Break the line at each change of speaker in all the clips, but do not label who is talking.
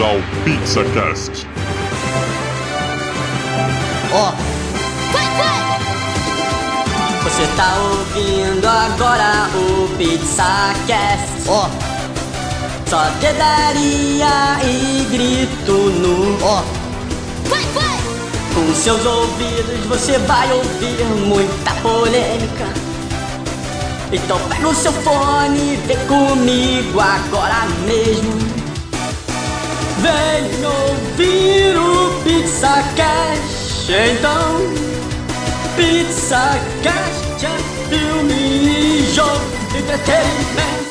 ao PizzaCast.
Ó,
Você tá ouvindo agora o PizzaCast
ó,
Só quedaria e grito nu
ó,
Com seus ouvidos você vai ouvir muita polêmica Então pega o seu fone e vem comigo agora mesmo Vem ouvir o PizzaCast Então PizzaCast é filme e jogo entretenimento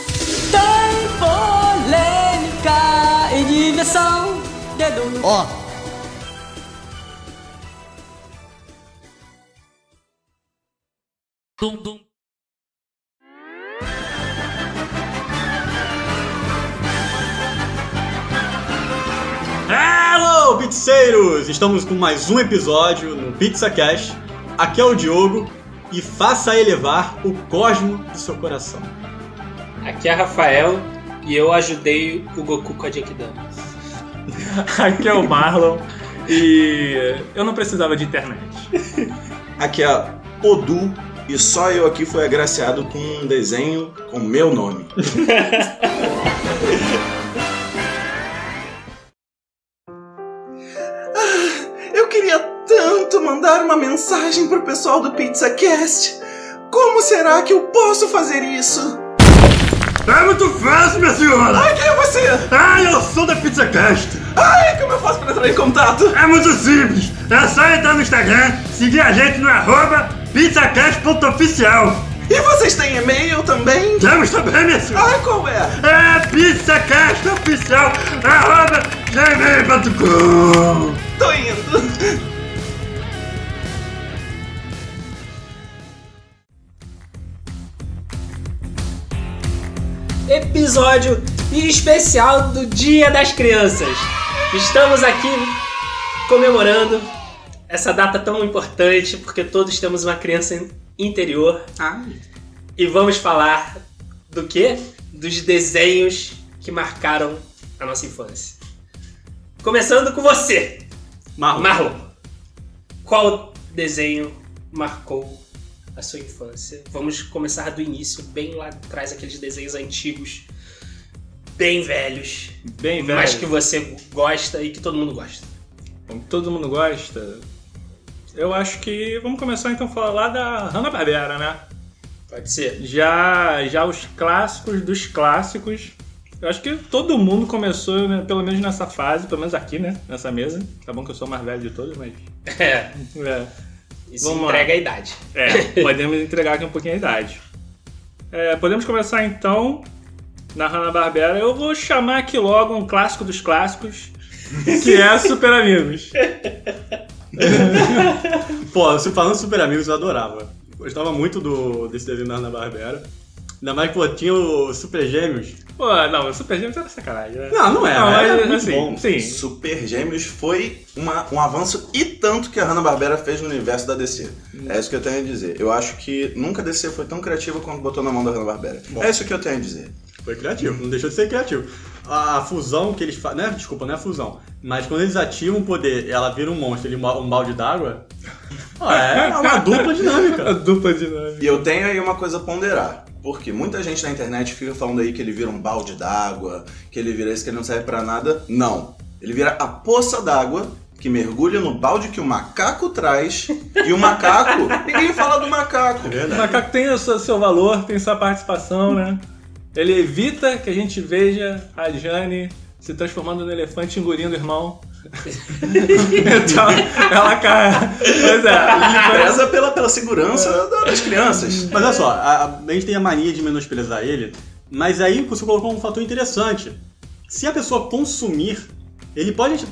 Tem polêmica e diversão Dedo no
ó.
Hello, pizzeiros! Estamos com mais um episódio no PizzaCast. Aqui é o Diogo e faça elevar o cosmo do seu coração.
Aqui é Rafael e eu ajudei o Goku com a Jequidama.
Aqui é o Marlon e eu não precisava de internet.
Aqui é Odu e só eu aqui fui agraciado com um desenho com meu nome. Ah, eu queria tanto mandar uma mensagem pro pessoal do PizzaCast. Como será que eu posso fazer isso?
É muito fácil, minha senhora!
Ai, quem é você?
Ah, eu sou da PizzaCast!
Ai, como eu faço pra entrar em contato?
É muito simples! É só entrar no Instagram, seguir a gente no arroba pizzacast.oficial.
E vocês têm e-mail também?
Temos também, minha senhora!
Ai, qual é?
É pizzacastoficial, arroba gmail.com
Tô indo.
Episódio especial do Dia das Crianças. Estamos aqui comemorando essa data tão importante porque todos temos uma criança in- interior e vamos falar do quê? Dos desenhos que marcaram a nossa infância. Começando com você, Ah,
Marlon.
Marlon, qual desenho marcou a sua infância? Vamos começar do início, bem lá atrás, aqueles desenhos antigos, bem velhos,
Bem, velho.
mas que você gosta e que todo mundo gosta.
como todo mundo gosta. Eu acho que vamos começar então a falar lá da Hanna-Barbera, né?
Pode ser.
Já, já os clássicos dos clássicos. Eu acho que todo mundo começou, né, pelo menos nessa fase, pelo menos aqui, né? Nessa mesa. Tá bom que eu sou o mais velho de todos, mas.
É,
É.
isso
Vamos lá.
entrega a idade.
É, podemos entregar aqui um pouquinho a idade. É, podemos começar então na Hanna-Barbera. Eu vou chamar aqui logo um clássico dos clássicos, que é Super Amigos.
Pô, você falando Super Amigos, eu adorava. Gostava muito do, desse desenho da Hanna-Barbera. Ainda mais que pô, tinha o Super Gêmeos.
Pô, não, Super Gêmeos era sacanagem, né?
Não, não era. era muito
assim,
bom.
sim.
Super Gêmeos foi uma- um avanço e tanto que a Hanna-Barbera fez no universo da DC. É isso que eu tenho a dizer. Eu acho que nunca a DC foi tão criativa quanto botou na mão da Hanna-Barbera. É isso que eu tenho a dizer.
Foi criativo, não deixou de ser criativo. A fusão que eles fazem. Né? Desculpa, não é a fusão. Mas quando eles ativam o poder ela vira um monstro, ele um balde d'água. Ah, É uma dupla dinâmica.
A dupla dinâmica.
E eu tenho aí uma coisa a ponderar. Porque muita gente na internet fica falando aí que ele vira um balde d'água, que ele vira isso que ele não serve pra nada. Não. Ele vira a poça d'água que mergulha no balde que o macaco traz. E o macaco. ninguém fala do macaco.
O macaco tem o seu, seu valor, tem sua participação, né? Ele evita que a gente veja a Jane se transformando no elefante engolindo o irmão. então, ela cai. Pois é, ele-
Preza pela, pela segurança da- das crianças.
Mas olha só, a, a gente tem a mania de menosprezar ele, mas aí você colocou um fator interessante. Se a pessoa consumir, ele pode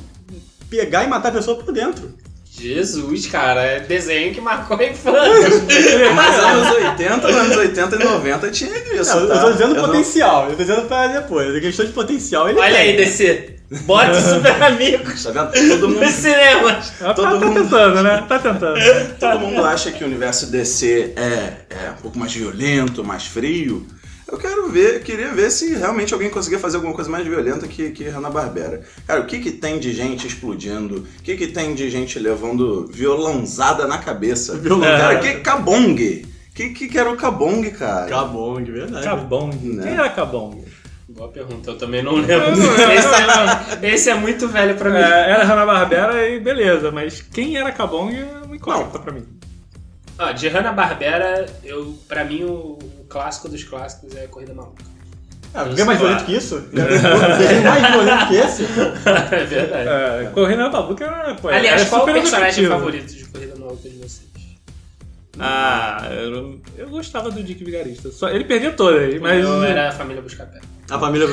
pegar e matar a pessoa por dentro.
Jesus, cara, é desenho que marcou a infância.
Mas anos 80, anos 80 e 90 tinha isso.
Não, É, eu,
tá?
eu tô dizendo
Eu não-
potencial, eu tô dizendo pra depois. A questão de potencial ele
Olha
tem.
aí, DC. Bote super amigos
Tá vendo? Todo
nos
mundo,
cinemas.
Tá,
Todo
tá
mundo-
tentando, né? Tá tentando.
é todo mundo acha que o universo DC é, é um pouco mais violento, mais frio. Eu quero ver, queria ver se realmente alguém conseguia fazer alguma coisa mais violenta que, que Hanna-Barbera. Cara, o que que tem de gente explodindo? O que que tem de gente levando violãozada na cabeça?
Violão.
Cara, que cabong? Que que que era o cabong, cara?
Cabong, verdade.
Cabong.
Né?
Quem era Cabong?
Boa pergunta, eu também não lembro. Esse, esse é muito velho pra mim.
É, era Hanna-Barbera e beleza, mas quem era Cabong é uma incógnita pra mim.
Ó, de Hanna-Barbera, eu, pra mim, o, o clássico dos clássicos é Corrida Maluca.
Ah, bem mais
Sei lá.
violento que isso? Bem mais violento que esse?
é verdade.
É, Correndo na Babuca era, pô,
Aliás,
era
qual o
super
personagem
educativo.
favorito de Corrida Maluca de vocês?
Ah, eu, eu gostava do Dick Vigarista. Só, ele perdia todas, mas.
Eu era a família Buscar Pé.
A família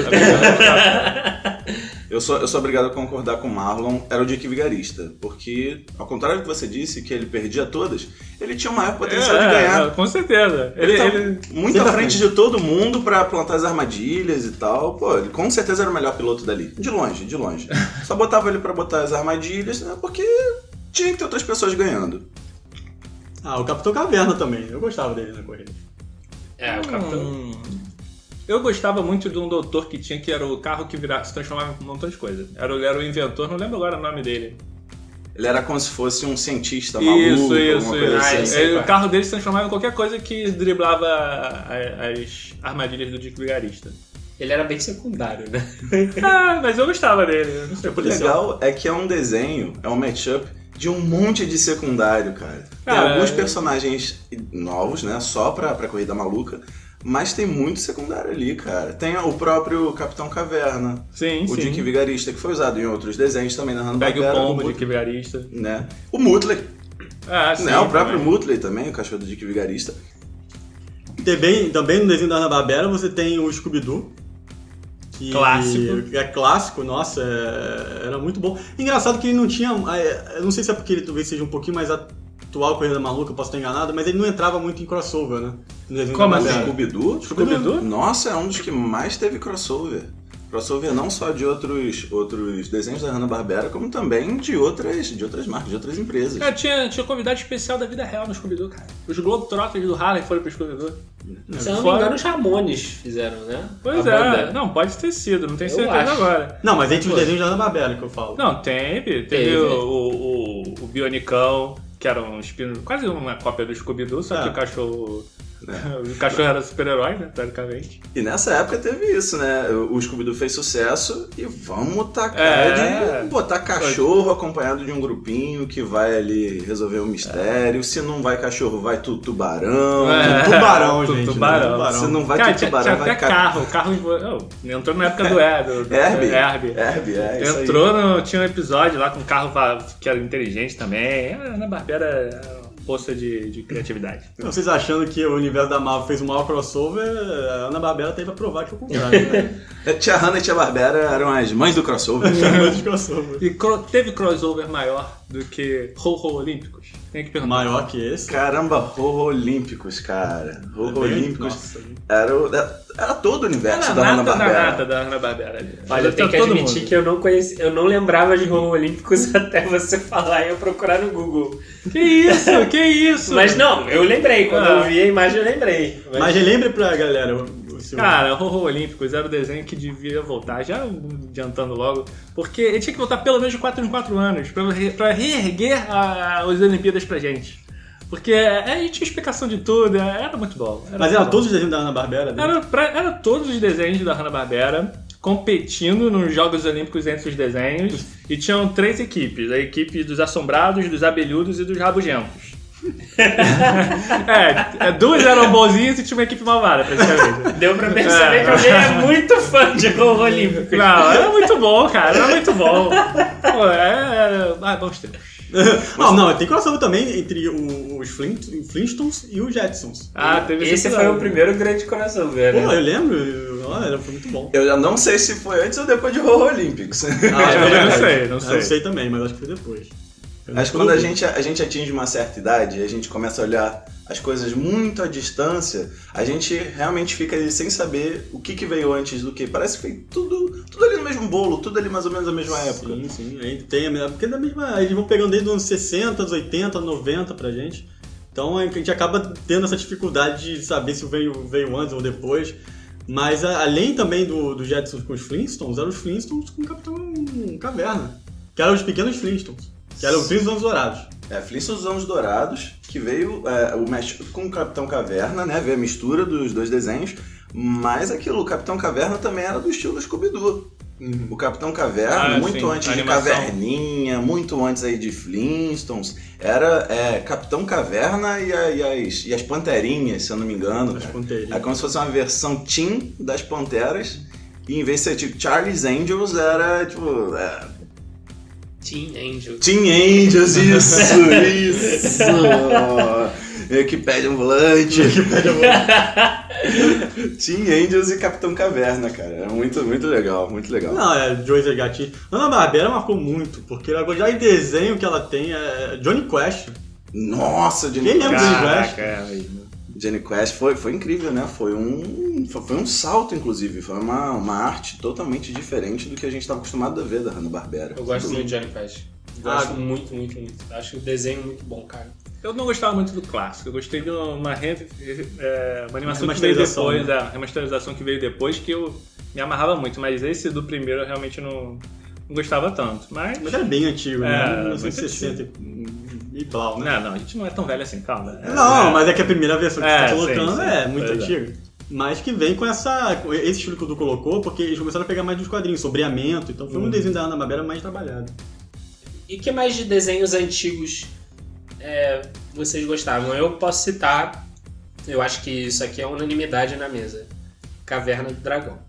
Eu sou, eu sou obrigado a concordar com o Marlon, era o Dick Vigarista, porque, ao contrário do que você disse, que ele perdia todas, ele tinha o maior potencial de
É,
ganhar.
é, com certeza.
Ele,
Então-
Ele,
tá
ele-
muito à frente de todo mundo pra plantar as armadilhas e tal. Pô, ele com certeza era o melhor piloto dali. De longe, de longe. Só botava ele pra botar as armadilhas, né? Porque tinha que ter outras pessoas ganhando.
Ah, o Capitão Caverna também. Eu gostava dele na corrida.
É, o Capitão.
Hum. Eu gostava muito de um doutor que tinha que era o carro que virava, se transformava em um montão de coisa. Era, o- era o inventor, não lembro agora o nome dele.
Ele era como se fosse um cientista maluco,
Isso, isso,
alguma coisa
isso.
assim.
Ah,
isso.
sei
Ele-
qual
o
é.
carro dele se transformava em qualquer coisa que driblava a- as armadilhas do Dick Vigarista.
Ele era bem secundário, né?
ah, mas eu gostava dele. eu Não sei
O
por quê.
legal é que é um desenho, é um matchup de um monte de secundário, cara. Tem
Cara,
alguns
é.
personagens novos, né? Só pra, pra corrida maluca. Mas tem muito secundário ali, cara. Tem o próprio Capitão Caverna,
Sim,
o
sim.
Dick Vigarista, um que foi usado em outros desenhos também na
Pega o
Hanna-Barbera.
pombo,
o
Dick Vigarista.
né? O Mutley,
Ah, sim.
né? O próprio
também.
Mutley também, o cachorro do Dick Vigarista.
Também, também no desenho da Hanna-Barbera você tem o Scooby-Doo. que
Clássico.
É clássico, nossa, é- era muito bom. Engraçado que ele não tinha. é, Eu não sei se é porque ele talvez seja um pouquinho mais atual Corrida Maluca, eu posso estar enganado, mas ele não entrava muito em crossover, né? No desenho
Como
da
assim?
O
Hanna-Barbera.
Scooby-Doo.
Scooby-Doo?
Nossa, é um dos que mais teve crossover. Crossover não só de outros, outros desenhos da Hanna-Barbera, como também de outras, de outras marcas, de outras empresas.
Cara, É, tinha, tinha convidado especial da vida real no Scooby-Doo, cara. Os Globetrotters do Harlem foram pro Scooby-Doo.
Se eu não
Fora-
me engano, os Ramones fizeram, né?
Pois
A
é.
banda.
Não, pode ter sido, não tenho
Eu
certeza
acho.
agora.
Não, mas entre os
Pô.
desenhos da Hanna-Barbera que eu falo.
assim? Não, teve. Teve,
Teve.
O, o, o Bionicão, que era um espino, quase uma cópia do Scooby-Doo, só que
É.
o cachorro...
É.
O cachorro era super-herói, né, teoricamente.
E nessa época teve isso, né? O Scooby-Doo fez sucesso e vamos tacar
É.
de botar cachorro acompanhado de um grupinho que vai ali resolver um mistério. Se não vai cachorro, vai tu, Um tubarão.
É.
Tubarão,
Tu-
gente. né?
tubarão.
Se não vai
cara,
tu,
tinha,
tubarão,
tinha
vai
até carro. Carro envo- oh, entrou na época do Air, do- do-
Herbie.
Herbie.
Herbie, é isso aí.
Entrou, no, tinha um episódio lá com um carro va- que era inteligente também. A Ana Barbera era uma poça de, de criatividade.
Então, vocês achando que o universo da Marvel fez um maior crossover, a Hanna-Barbera teve pra provar que é o contrário, né?
Tia Hannah e Tia Barbera eram as mães do crossover.
Chamou de crossover.
E cro- teve crossover maior do que Ho-Ho Olímpicos? Tem que perguntar.
Maior que esse.
Caramba, Rorro Olímpicos, cara. Rorro
É Bem-
Olímpicos
Nossa,
era, o- era todo o
Era
universo
a
da
nata da
Hanna-Barbera.
nata da Ana Barbera ali.
Olha, eu tenho que
tá Todo
admitir
mundo.
que eu não conheci, eu não lembrava de Roma Olímpicos até você falar e eu procurar no Google.
Que isso, que isso!
Mas não, eu lembrei. Quando
Ah.
eu vi a imagem, eu lembrei. Mas-
Mas relembre pra galera o, o seu-
Cara, Rorô Olímpicos era o desenho que devia voltar, já adiantando logo, porque ele tinha que voltar pelo menos de 4 em 4 anos pra, re- pra reerguer a- as Olimpíadas pra gente. Porque aí tinha explicação de tudo, é- era muito bom.
Mas
muito
era
bom.
todos os desenhos da Hanna-Barbera? né?
Era, pra- era todos os desenhos da Hanna-Barbera competindo nos Jogos Olímpicos entre os desenhos. E tinham três equipes: a equipe dos assombrados, dos abelhudos e dos rabugentos. é, é, duas eram bonzinhas e tinha uma equipe malvada, praticamente.
Deu pra perceber que alguém é muito fã de Roma Olímpicos.
é. Não, era muito bom, cara, era muito bom. Pô, é, é, ah, bons tempos.
Não, Ah, não, tem crossover também entre o- os Flint- Flintstones e os Jetsons.
Ah, teve
Esse foi
episódio.
o primeiro grande
É
crossover,
Pô,
né?
eu lembro, eu- ah, era- foi muito bom.
Eu já não sei se foi antes ou depois de Rorro Olímpicos.
Ah,
eu não
verdade.
sei, não
Ah,
sei.
Não sei também, mas acho que foi depois.
Mas quando a gente, a gente atinge uma certa idade e a gente começa a olhar as coisas muito à distância, a gente realmente fica ali sem saber o que, que veio antes do que. Parece que foi tudo, tudo ali no mesmo bolo, tudo ali mais ou menos na mesma época.
Sim, sim, aí tem a mesma. Porque é da mesma. Eles vão pegando desde os anos 60, dos 80, 90 pra gente. Então a gente acaba tendo essa dificuldade de saber se veio, veio antes ou depois. Mas a- além também do, do Jetsons com os Flintstones, eram os Flintstones com o Capitão Caverna. Que eram os pequenos Flintstones. Que eram os Flintstones dourados.
É, Flintstones dos Anos Dourados, que veio é, o mexe com o Capitão Caverna, né? Veio a mistura dos dois desenhos. Mas aquilo, o Capitão Caverna também era do estilo Scooby-Doo. O Capitão Caverna,
Uhum. Ah,
muito
sim,
antes
a
de
animação.
Caverninha, muito antes aí de Flintstones, era é, Capitão Caverna e, a- e as, e as Panterinhas, se eu não me engano.
As
cara. É
Panteirinhas.
como se fosse uma versão teen das Panteras. E em vez de ser tipo Charlie's Angels, era tipo. é,
Teen Angel.
Teen Angels, isso, isso. Wikipedia ambulante. Teen Angels e Capitão Caverna, cara. É muito, muito legal, muito legal.
Não, é Joyce Gatinho. Ana Barbera marcou muito, porque ela- já em desenho que ela tem é Johnny Quest.
Nossa, Jenny
Quem lembra
Quest.
de-
é,
Jenny Quest foi, foi incrível, né? Foi um, foi foi um salto, inclusive. Foi uma, uma arte totalmente diferente do que a gente estava acostumado a ver da Hanna-Barbera.
Eu gosto muito de Johnny Quest. Gosto
Ah.
muito, muito, muito. Acho o desenho muito bom, cara.
Eu não gostava muito do clássico, eu gostei de uma, re- é, uma animação que veio
Remasterização,
depois, a remasterização que veio depois, que eu me amarrava muito, mas esse do primeiro eu realmente não, não gostava tanto. Mas.
Mas era bem antigo, né?
É,
1960 e blau, né?
Não, não, a gente não é tão velho assim, calma. É,
Não,
é.
mas é que a primeira versão que
É,
você tá colocando
sim, sim.
é muito
Pois é.
antiga. Mas que vem com essa. com Esse estilo que o Du colocou, porque eles começaram a pegar mais dos quadrinhos, sobreamento. Então
Uhum.
foi um desenho da Ana Barbera mais trabalhado.
E que mais de desenhos antigos é, vocês gostavam? Eu posso citar, eu acho que isso aqui é unanimidade na mesa. Caverna do Dragão.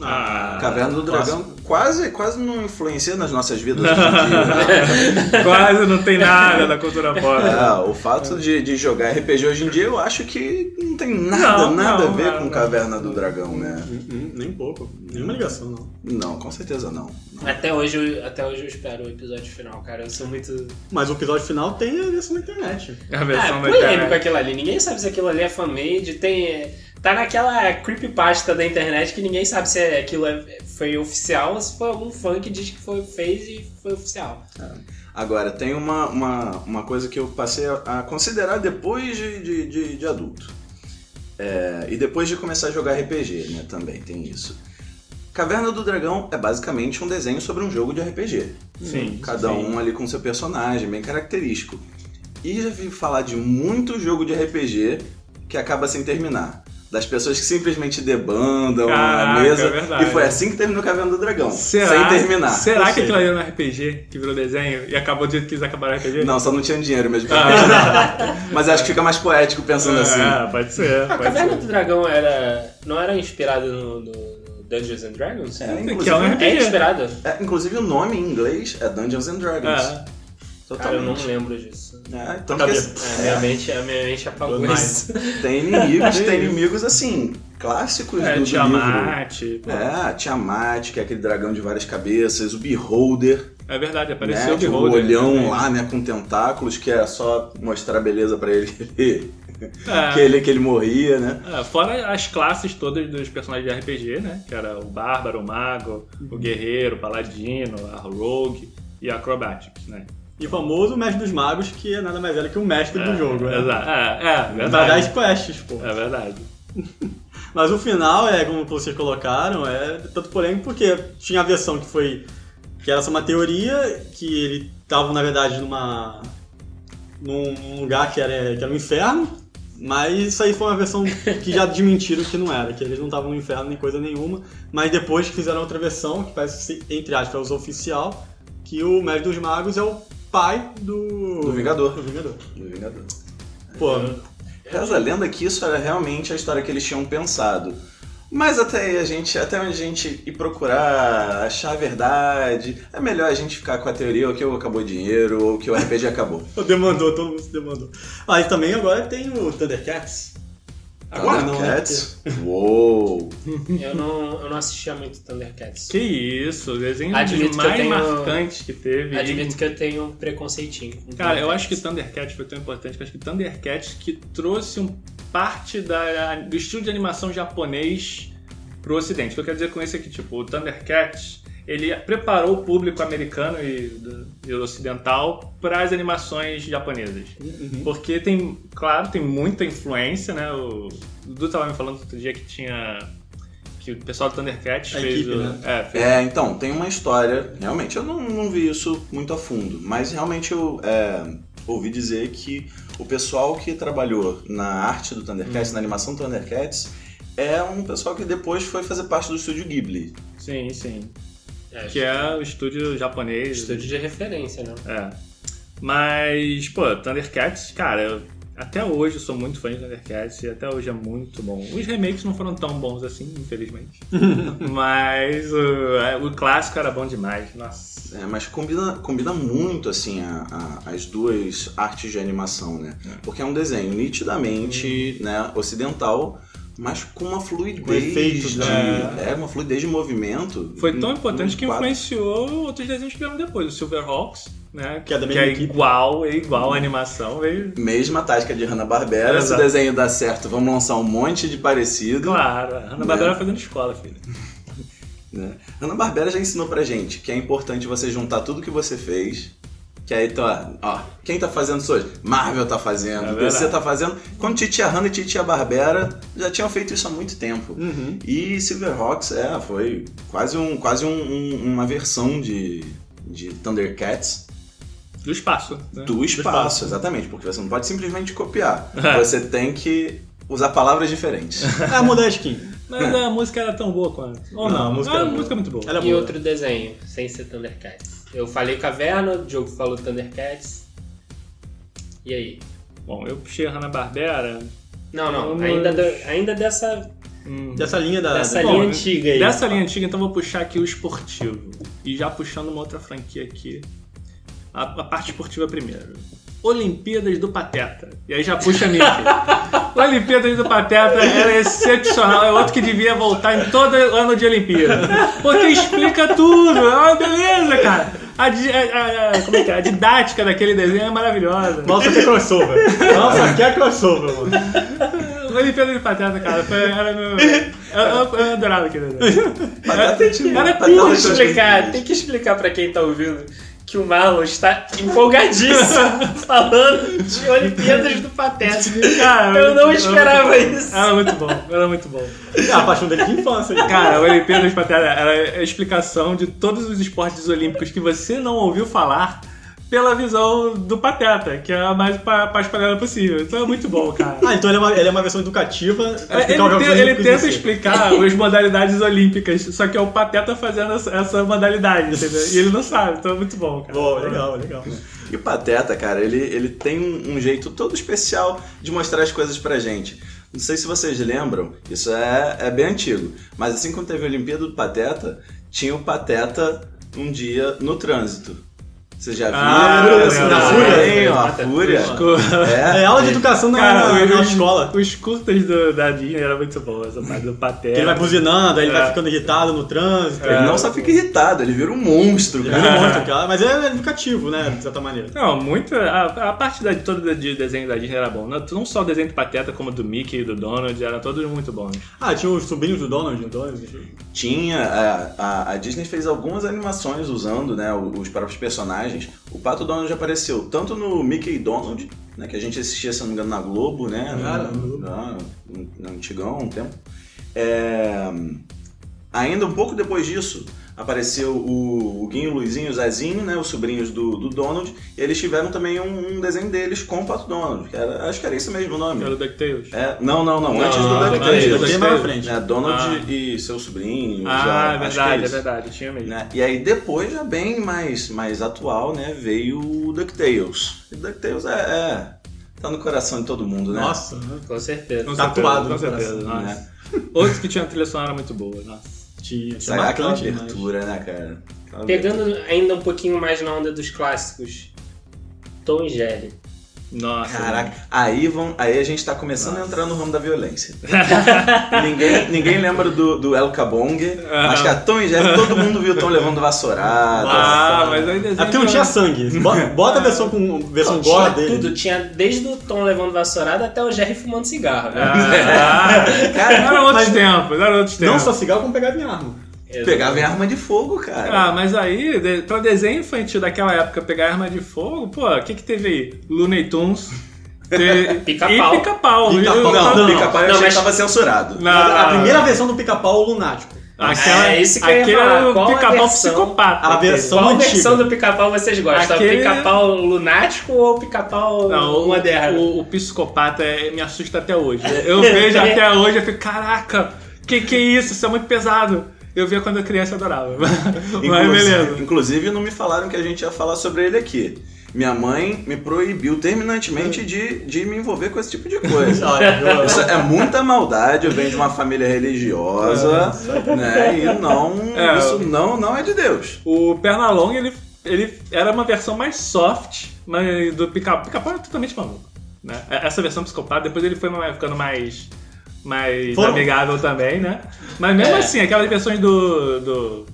Ah,
Caverna do Dragão quase, quase não influencia nas nossas vidas hoje em dia, né?
Quase não tem nada da cultura pop.
É, o fato de, de jogar RPG hoje em dia, eu acho que não tem nada,
Não,
nada a
não,
ver
não,
com
não.
Caverna do Dragão, né?
Uhum,
Hum, hum,
um
Nem pouco. Nenhuma ligação, não.
Não, com certeza não.
Até hoje, eu- até hoje eu espero o episódio final, cara. Eu sou muito.
Mas o episódio final tem a versão na internet.
A
Ah,
versão da
polêmico
internet.
aquilo ali. Ninguém sabe se aquilo ali é fan-made. Tem. é, Tá naquela creepypasta da internet que ninguém sabe se é- aquilo é- foi oficial ou se foi algum fã que diz que foi, fez e foi oficial.
Agora, tem uma, uma, uma coisa que eu passei a, a considerar depois de, de, de- de adulto. É, e depois de começar a jogar RPG, né? Também tem isso. Caverna do Dragão é basicamente um desenho sobre um jogo de RPG.
Sim.
Cada um ali com seu personagem, bem característico. E já vi falar de muito jogo de RPG que acaba sem terminar. Das pessoas que simplesmente debandam
Caraca,
a mesa.
é verdade.
e foi assim que terminou Caverna do Dragão.
Será,
sem terminar.
Será
Ou
que
seja,
aquilo ali era um RPG que virou desenho e acabou de que eles acabaram o RPG?
Não, só não tinha dinheiro mesmo.
Ah.
Mas acho que fica mais poético pensando assim.
É, pode ser.
A
pode
Caverna
ser.
do Dragão era. não era inspirada no, no- no Dungeons and Dragons?
É,
Que é um
inclusive,
RPG.
É inspirada?
é, inclusive o nome em inglês é Dungeons and Dragons.
É.
Cara, eu não
Totalmente.
lembro disso.
É, então
Tá
Cabeça.
porque-
É,
é,
minha, mente, a minha mente apagou
Foi
isso.
tem inimigos, tem inimigos assim, clássicos do,
É,
do livro.
Tiamat. pô.
É, Tiamat, que é aquele dragão de várias cabeças, o Beholder,
É verdade,
né?
apareceu
que é
de
o
Beholder.
olhão
também.
lá, né, com tentáculos, que é só mostrar a beleza pra ele,
É.
que ele que ele morria, né?
É, fora as classes todas dos personagens de RPG, né? Que era o Bárbaro, o Mago, o
Uhum.
Guerreiro, o Paladino, a Rogue e a Acrobatics, né?
E o famoso Mestre dos Magos, que é nada mais era que o mestre do jogo, né?
Exato. É, é,
Vai dar as
verdade.
quests, pô.
É verdade.
Mas o final é, como vocês colocaram, é tanto polêmico porque tinha a versão que foi. que era só uma teoria, que ele tava, na verdade, numa. num num lugar que era, que era um inferno, mas isso aí foi uma versão que já desmentiram que não era, que eles não estavam no inferno nem coisa nenhuma, mas depois que fizeram outra versão, que parece, ser, entre aspas, oficial, que o Mestre dos Magos é o pai do.
Do Vingador.
Do Vingador.
Do Vingador.
Pô,
Reza a lenda que isso era realmente a história que eles tinham pensado. Mas até aí a gente, até onde a gente ir procurar, achar a verdade, é melhor a gente ficar com a teoria ou que eu acabou o dinheiro ou que o RPG acabou.
demandou, todo mundo se demandou. Aí também agora tem o Thundercats. Agora não, né?
Thundercats? Tá Uou!
Eu não, eu não assistia muito Thundercats.
Que isso, o desenho
Admito
dos
que
mais
eu tenho-
marcantes que teve.
Admito que eu tenho um preconceitinho. com
Cara, eu
Thundercats.
acho que Thundercats foi tão importante que eu acho que Thundercats que trouxe um parte da- do estilo de animação japonês pro ocidente. O que eu quero dizer com isso é que, tipo, o Thundercats, ele preparou o público americano e, do- e ocidental para as animações japonesas. Porque tem, claro, tem muita influência, né? O, o Du tava me falando outro dia que tinha que o pessoal do Thundercats
A
fez.
equipe,
o-
né?
É, fez.
É, então, tem uma história. Realmente, eu não, não vi isso muito a fundo, mas realmente eu é, ouvi dizer que o pessoal que trabalhou na arte do
Hum.
Thundercats, na animação do Thundercats, é um pessoal que depois foi fazer parte do estúdio Ghibli.
Sim, sim.
É,
Que é o estúdio japonês.
Estúdio de referência, né?
É. Mas, pô, Thundercats, cara, eu- até hoje eu sou muito fã de Thundercats e até hoje é muito bom. Os remakes não foram tão bons assim, infelizmente. Mas o, é, o clássico era bom demais. Nossa.
É, mas combina, combina muito, assim, a- a- as duas artes de animação, né? Porque é um desenho nitidamente né, ocidental, mas com uma fluidez
efeitos,
de...
né?
É, uma fluidez de movimento.
Foi tão
Um-
importante que
um quadro.
influenciou outros desenhos que vieram depois. O Silverhawks, né?
Que é da
que
mesma
é
equipe.
igual, é igual a animação. Veio...
Mesma tática de Hanna-Barbera. Se o
Exato.
desenho dá certo, vamos lançar um monte de parecido.
Claro, a
É.
Hanna-Barbera fazendo escola, filho.
Né? Hanna-Barbera já ensinou pra gente que é importante você juntar tudo que você fez. Que aí, tá, ó, quem tá fazendo isso hoje? Marvel tá fazendo,
É
DC
verdade.
tá fazendo. Quando Titia Hanna e Titia Barbera já tinham feito isso há muito tempo.
Uhum.
E Silverhawks, é, foi quase, um, quase um- um- uma versão de, de Thundercats
Do espaço. Né?
do espaço,
espaço.
exatamente. Porque você não pode simplesmente copiar.
É.
Você tem que usar palavras diferentes.
Ah, mudar a skin.
Mas a música era tão boa quanto. Ou
É. Não,
não,
a música
Ah,
era
a
boa.
música é muito boa.
Ela é
E
boa.
outro desenho, sem ser Thundercats. Eu falei Caverna, o Diogo falou Thundercats. E aí?
Bom, eu puxei a Hanna-Barbera.
Não, não,
Vamos-
ainda, da- ainda dessa,
Hum,
Dessa linha da.
dessa
bom, né?
linha antiga aí.
Dessa linha antiga, então vou puxar aqui o esportivo. E já puxando uma outra franquia aqui. A, a parte esportiva primeiro. Olimpíadas do Pateta. E aí já puxa a minha aqui. Olimpíadas do Pateta era excepcional. É outro que devia voltar em todo ano de Olimpíada. Porque explica tudo. É uma beleza, cara. A, di- a- a- como é que é? A didática daquele desenho é maravilhosa.
Nossa, que crossover. Nossa, que crossover, mano.
Olimpíada de Pateta, cara. Foi, era meu, eu, eu, eu adorava aquele desenho.
Pateta é tipo-
Era
Pateta
tudo
é
Tem que
tipo-
explicar, tem que explicar pra quem tá ouvindo que o Marlon está empolgadíssimo falando de Olimpíadas do Pateta.
Cara,
Eu não
era
esperava
muito bom.
isso.
Era muito bom, era muito bom.
Ah, a paixão dele de infância. né?
Cara, o Olimpíadas Patera era a explicação de todos os esportes olímpicos que você não ouviu falar pela visão do Pateta, que é a mais pa- pa- espalhada possível. Então é muito bom, cara.
Ah, então ele é uma, ele é uma versão educativa. pra
É,
explicar os
Ele,
jogos
te- ele
olímpicos
tenta
em si.
explicar as modalidades olímpicas, só que é o Pateta fazendo essa, essa modalidade, entendeu? E ele não sabe, então é muito bom, cara.
Bom, legal, legal.
E o Pateta, cara, ele, ele tem um, um jeito todo especial de mostrar as coisas pra gente. Não sei se vocês lembram, isso é, é bem antigo, mas assim quando teve a Olimpíada do Pateta, tinha o Pateta um dia no trânsito. Vocês já viram?
Ah,
esse
lembro,
desenho?
lembro.
Ó, a Fúria.
É aula de educação na, na, na
os-
é escola.
Os curtas do, da Disney era muito bom, essa parte do Pateta.
Ele vai buzinando, aí ele
É.
vai ficando irritado no trânsito.
Ele não só fica irritado, ele vira um monstro,
Ele vira
cara.
um monstro, cara. Mas é educativo, né? De certa maneira.
Não, muito. A, a parte da, toda de desenho da Disney era bom. Não, não só o desenho do Pateta, como do Mickey e do Donald, eram todos muito bons.
Ah, tinha os sobrinhos do Donald, então, Donald.
Tinha, é, a, a Disney fez algumas animações usando né, o- os próprios personagens. O Pato Donald já apareceu tanto no Mickey e Donald, né, que a gente assistia, se não me engano, na Globo, né?
Cara,
no-
na Globo.
na- no- no Antigão, um tempo. É, ainda um pouco depois disso, apareceu o, o Guinho, o Luizinho e o Zezinho, né, os sobrinhos do, do Donald, e eles tiveram também um, um desenho deles com o Pato Donald. que era- acho que era isso mesmo o nome.
Era o DuckTales. Ah,
É, não, não, não, Antes
não,
do
não,
DuckTales.
não,
Eu tenho mais na frente.
Né, Donald
Ah.
e seu sobrinho.
ah,
já,
é
acho
verdade,
que
é,
isso,
verdade, tinha mesmo.
né? E aí depois, já bem mais, mais atual, né? Veio o DuckTales. E DuckTales é, é- Tá no coração de todo mundo, né?
Nossa,
Com certeza.
Com
Tá
Tatuado
certeza,
no
com certeza.
coração,
nossa.
né?
Outro que tinha uma trilha sonora muito boa, nossa.
tinha. Tinha
Sai é aquela
bastante, mas-
abertura, né, cara? Aquela
Pegando ainda um pouquinho mais na onda dos clássicos. Tom e Jerry.
Nossa. né?
Caraca, aí, vão, aí a gente tá começando a entrar no ramo da violência. ninguém, ninguém lembra do, do El Cabong, mas que a Tom e Jerry, todo mundo viu o Tom levando vassourada.
Ah, mas aí desenho.
É porque não tinha sangue. Bota, bota a versão com versão
Tinha
gore dele.
tudo, tinha desde o Tom levando vassourada até o Jerry fumando cigarro. né?
Ah, cara, eram outros tempos, eram outros tempos.
Não só cigarro, como pegava em arma.
Exato.
Pegava em arma de fogo, cara.
Ah, mas aí, de, pra desenho infantil daquela época pegar arma de fogo, pô, o que que teve aí? Looney Tunes, Te-
Pica-pau. é
E pica-pau.
Pica-pau,
Eu-
não,
eu-
Pica-pau eu
Não,
achei
mas-
que tava censurado.
Na-
A primeira versão do pica-pau, o lunático.
Aquela,
É, esse que eu ia
aquele
falar.
era o
Qual a
pica-pau
versão?
psicopata.
A
aquele.
versão-
Qual
antiga.
versão do pica-pau vocês gostam?
Aquele-
Pica-pau lunático ou pica-pau
Não, o,
moderno?
o, o psicopata é- me assusta até hoje. Eu vejo até hoje e fico, caraca, que que é isso? Isso é muito pesado. Eu via quando eu criança e adorava. Mas
Inclusive-
beleza.
Inclusive, não me falaram que a gente ia falar sobre ele aqui. Minha mãe me proibiu terminantemente de, de me envolver com esse tipo de coisa.
Olha,
Isso é muita maldade, eu venho de uma família religiosa, né? E não.
É.
Isso não, não é de Deus.
O Pernalong, ele, ele era uma versão mais soft mas do pica-pau. Pica-pau era totalmente maluco. Né? Essa versão psicopata, depois ele foi mais- ficando mais, mais
Foram-
amigável também, né? Mas mesmo
É.
assim, aquelas versões do. do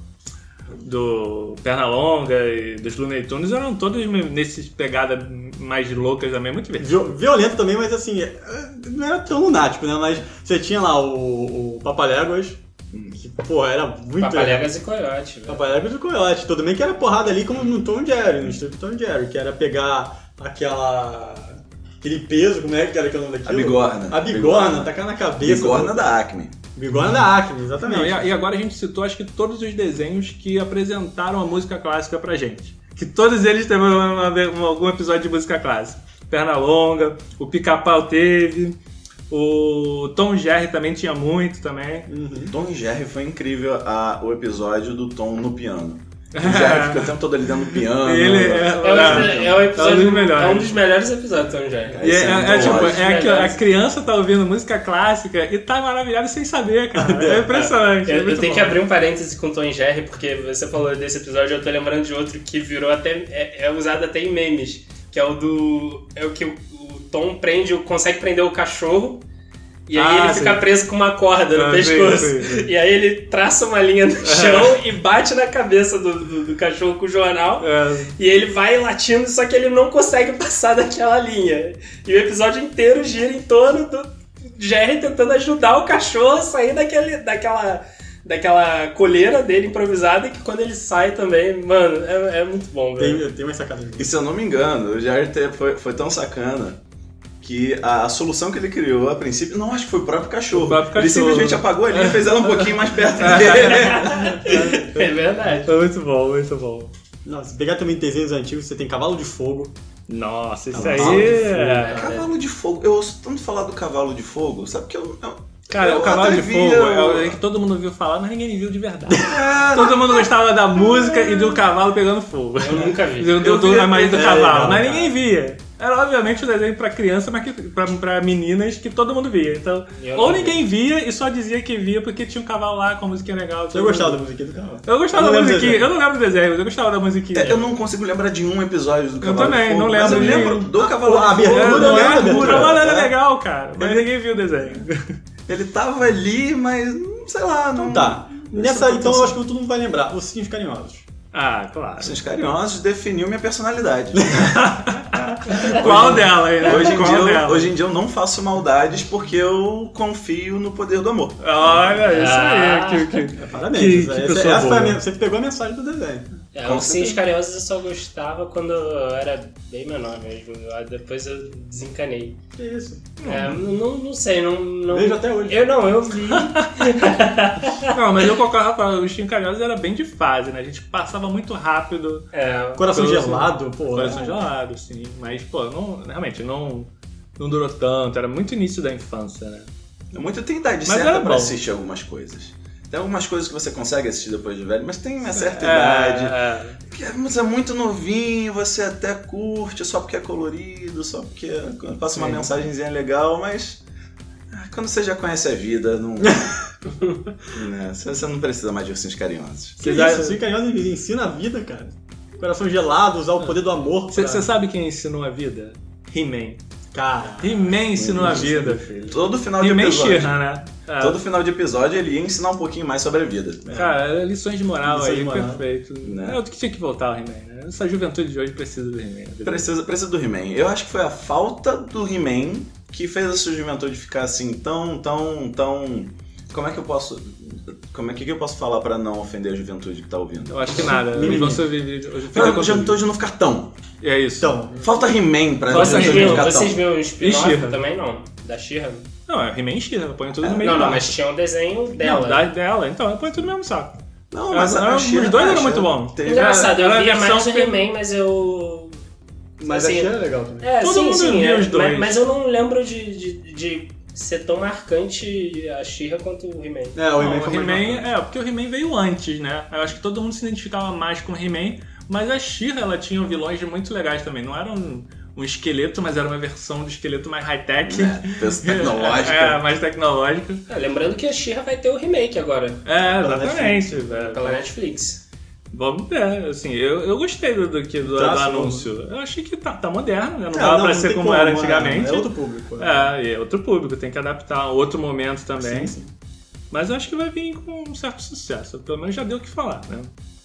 do Pernalonga e dos Looney Tunes eram todas nesses pegadas mais loucas também, muito divertido.
vi- Violento também, mas assim, é, não era tão lunático, né? Mas você tinha lá o, o Papaléguas, que, pô, era muito.
Papaléguas e coiote, velho.
Papaléguas e Coyote. Tudo bem que era porrada ali como no Tom Jerry, no estilo Tom Jerry, que era pegar aquela. aquele peso, como é que era aquele nome daquilo?
A bigorna.
A bigorna,
Bigorna.
tacar na cabeça.
Bigorna da Acme.
Bigorna da Acme,
Não,
exatamente.
e, a- e agora a gente citou acho que todos os desenhos que apresentaram a música clássica pra gente. Que todos eles teve uma- uma- uma- algum episódio de música clássica. Pernalonga, o Pica-Pau teve, o Tom Jerry também tinha muito também.
Tom e Jerry foi incrível a- o episódio do Tom no piano. O Jerry fica o tempo todo ali dentro do piano.
Ele
É, um,
é,
é um episódio-
É um dos melhores.
é um dos melhores episódios do Tom Jerry.
e é-
Esse é muito
é tipo,
ótimo.
é aquilo, a criança tá ouvindo música clássica e tá maravilhada sem saber, cara. É impressionante. é
Eu, eu
muito
tenho
bom.
que abrir um parêntese com o Tom e Jerry, porque você falou desse episódio, eu tô lembrando de outro que virou até. é, é usado até em memes, que é o do. É o que o, o Tom prende, o- consegue prender o cachorro. E aí
Ah,
ele fica
sim.
preso com uma corda no
Ah, sim,
pescoço.
sim, sim.
E aí ele traça uma linha no chão e bate na cabeça do, do- do cachorro com o jornal.
É.
E ele vai latindo, só que ele não consegue passar daquela linha. E o episódio inteiro gira em torno do Jerry tentando ajudar o cachorro a sair daquele, daquela, daquela coleira dele improvisada. Que quando ele sai também, mano, é, é muito bom, velho.
Tem, tem umas sacadas
E se eu não me engano, o Jair te- foi, foi tão sacana que a, a solução que ele criou a princípio, não, acho que foi o próprio cachorro.
O próprio
Ele
cachorro.
simplesmente apagou ali e fez ela um pouquinho mais perto dele.
É verdade.
Foi muito bom, muito bom.
Não, se pegar também desenhos antigos, você tem Cavalo de Fogo.
Nossa, isso
Nossa,
aí.
cara.
é-
cavalo de fogo, eu ouço tanto falar do cavalo de fogo, sabe que eu. eu-
Cara,
eu
o Cavalo
até
de
vi,
Fogo
eu- É,
é o desenho que todo mundo ouviu falar, mas ninguém viu de verdade. todo mundo gostava da música e do cavalo pegando fogo.
Eu nunca vi.
Do, do,
Eu
do,
vi- né,
a imagem do
é,
cavalo,
não,
mas
cara.
ninguém via. Era obviamente um desenho pra criança, mas que, pra, pra meninas que todo mundo via. Então,
Eu
ou
não vi.
ninguém via e só dizia que via porque tinha um cavalo lá com a musiquinha legal.
Eu gostava da musiquinha do Cavalo.
Eu
Eu
gostava da
lembro do
musiquinha.
desenho.
Eu não lembro do desenho, mas eu gostava da musiquinha.
É, Eu não consigo lembrar de um episódio do Cavalo
também,
de Fogo.
não
mas eu
lembro de
lembro
um.
do Cavalo
A
de Fogo.
abertura,
Era,
eu
não
lembro da
era,
abertura,
o cavalo era
tá?
é legal, cara, mas ninguém viu o desenho.
Ele tava ali, mas hum, sei lá, não.
Tá. Nessa,
Essa-
então
é
eu acho que todo mundo vai lembrar. Ursinhos Carinhosos.
Ah, claro.
Os carinhosos definiu minha personalidade.
Qual dela aí, né?
é? Hoje em,
Qual
dia eu,
dela?
hoje em dia eu não faço maldades porque eu confio no poder do amor.
Olha, é isso
Ah.
aí. Que, que...
Parabéns.
Que-
isso aí.
que
essa, é
pessoa
essa foi a
boa.
men- você pegou a mensagem do desenho.
É,
Com
os Sims Carinhosos eu só gostava quando eu era bem menor mesmo. Eu- Depois eu desencanei.
Que isso.
É, não, não sei, não, não.
Vejo até hoje.
Eu não, eu vi.
Não, mas eu colocava pra... Os Chincalhosos era bem de fase, né? A gente passava muito rápido.
É,
Coração
Coração-
gelado, pô. é.
Coração gelado, sim. Mas, pô, não, realmente, não, não durou tanto. Era muito início da infância, né?
Muito É tem idade
Mas era
certa pra
bom.
assistir algumas coisas. Tem algumas coisas que você consegue assistir depois de velho, mas tem uma certa
É,
idade.
é.
Porque você é muito novinho, você até curte, só porque é colorido, só porque é, passa uma
Sim.
mensagenzinha legal, mas. ah, Quando você já conhece a vida, não. né, você você não precisa mais de ursinhos carinhosos.
Que isso, Ursinhos Carinhosos ensina a vida, cara. Coração gelado, usar o poder do amor.
Você
pra-
você sabe quem ensinou a vida? He-Man.
Cara.
He-Man ensinou a vida.
Todo final de
He-Man
episódio.
She-Ra, né? É.
Todo final de episódio ele ia ensinar um pouquinho mais sobre a vida.
Cara, é lições de moral
Lições
aí,
de moral.
perfeito.
Né?
É o que tinha que voltar ao He-Man, né? Essa juventude de hoje precisa do He-Man. né?
Precisa, precisa do He-Man. Eu acho que foi a falta do He-Man que fez a sua juventude ficar assim tão, tão, tão. Como é que eu posso. Como é que eu posso falar pra não ofender a juventude que tá ouvindo?
Eu acho que nada. Eles vão sobreviver hoje.
Pra a juventude não ficar tão.
É isso.
Então,
Falta He-Man pra
Falta
juventude
Vocês
He-Man,
viram,
não ficar
vocês
tão.
viram o spin-off
She-Ra.
também, não? Da Shira?
Não, é He-Man e She-Ra. Põe tudo no meio
Não,
do
não,
saco.
mas tinha um desenho
Não,
dela.
da dela. Então, põe tudo no mesmo saco.
Não,
Ela- os
She-Ra-
dois
a
eram muito
She-Ra
bons.
teve-
Engraçado, eu
Ela- ela
via
é versão
mais o
fem-
He-Man, mas eu.
mas
assim,
a Xena é legal também.
É,
Todo
sim,
mundo
sim,
via
é,
os dois.
Mas, mas eu não lembro de, de, de ser tão marcante a Shira quanto o He-Man.
É, o
Não,
He-Man
o
foi mais
He-Man,
bacana.
é, porque o He-Man veio antes, né? Eu acho que todo mundo se identificava mais com o He-Man, mas a She-Ra, ela tinha um vilões muito legais também. Não era um, um esqueleto, mas era uma versão do esqueleto mais high-tech.
Né?
É, pensa tecnológica.
É, mais tecnológica.
Ah, lembrando que a Shira vai ter o remake agora,
É, exatamente.
assim.
velho.
pela
é-
Netflix.
Vamos ver, assim, eu, eu gostei do, do, que- do, do
Traço
anúncio. Eu achei que tá, tá moderno, né? Não
É,
dava
não
pra ser
tem
como era
né?
antigamente.
É outro público. né?
É, e é outro público, tem que adaptar, outro momento também.
Sim, sim.
Mas eu acho que vai vir com um certo sucesso. Pelo menos já deu o que falar, né?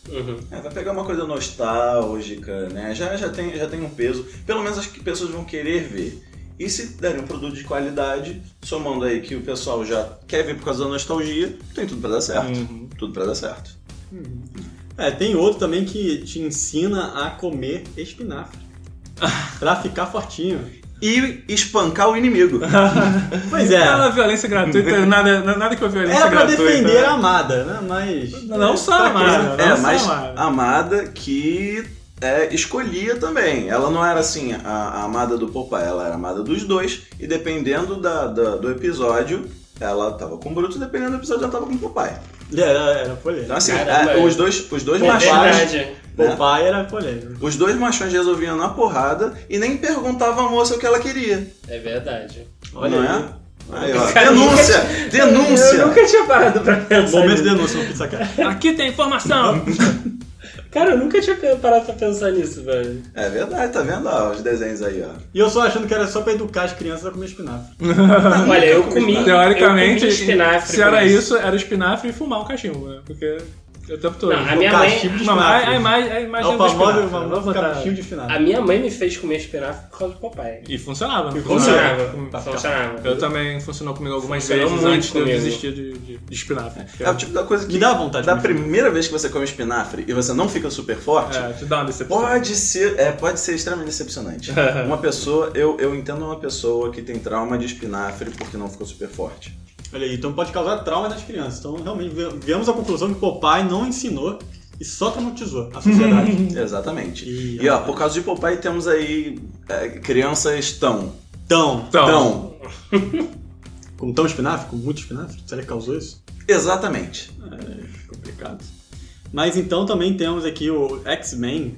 Uhum.
É, vai pegar uma coisa nostálgica, né? Já, já, tem, já tem um peso. Pelo menos acho que pessoas vão querer ver. E se derem um produto de qualidade, somando aí que o pessoal já quer ver por causa da nostalgia, tem tudo pra dar certo.
Uhum.
Tudo pra dar certo.
É, tem outro também que te ensina a comer espinafre. pra ficar fortinho.
E espancar o inimigo.
Pois é.
Ela violência gratuita, nada, nada que eu violência
Era pra
gratuita.
defender a amada, né? Mas.
Não só
Tá
a amada,
aqui,
né?
é,
Nossa,
mas
Amada.
a Amada que é, escolhia também. Ela não era assim a, a Amada do Popeye, ela era a Amada dos dois. E dependendo da- da- do episódio, ela tava com o Bruto, dependendo do episódio, ela tava com o Popeye.
Era, era polêmico.
Então assim,
Caramba,
é,
é.
os dois, os dois
É
machões,
verdade.
né?
O pai era polêmico.
os dois machões resolviam na porrada e nem perguntavam à moça o que ela queria,
É verdade.
Olha
não
aí.
é? Aí, ó,
Cara,
denúncia, denúncia.
Eu nunca tinha parado pra
é?
pensar.
Momento de
nisso.
denúncia no Pizza Cara.
Aqui tem informação!
Cara, eu nunca tinha parado pra pensar nisso, velho.
É verdade, tá vendo ó, os desenhos aí, ó.
E eu só achando que era só pra educar as crianças a comer espinafre.
Olha, eu comi.
Teoricamente,
eu comi espinafre
se era
com
isso, era espinafre e fumar o cachimbo, né? Porque o tempo todo.
Não, a minha
o
mãe.
cachimbo tipo de
Não, a, a
espinafre.
imagem, a
É
imagem
o
do
famoso,
espinafre,
o
vamos
famoso
botar-
capinho de espinafre.
A minha mãe me fez comer espinafre por causa do papai.
E funcionava.
E funcionava.
Funcionava. Tá,
Funcionava.
Eu também funcionou comigo algumas
Funcionou
vezes
muito
antes de eu
comigo.
desistir de, de, de espinafre.
É o tipo da coisa que
Me dá vontade de
Da
comer.
primeira vez que você come espinafre e você não fica super forte,
É, te dá uma decepção.
pode ser, é, pode ser extremamente decepcionante. uma pessoa, eu, eu entendo uma pessoa que tem trauma de espinafre porque não ficou super forte.
Olha aí, então pode causar trauma nas crianças. Então realmente vi- viemos à conclusão que Popeye não ensinou e só traumatizou a sociedade.
Exatamente.
Ih,
E ó, por causa de Popeye temos aí é, crianças tão,
Então,
Então,
tão,
com tão espinafre, com muito espinafre, será que causou isso?
Então.
exatamente.
Complicado. Mas então também temos aqui o X-Men,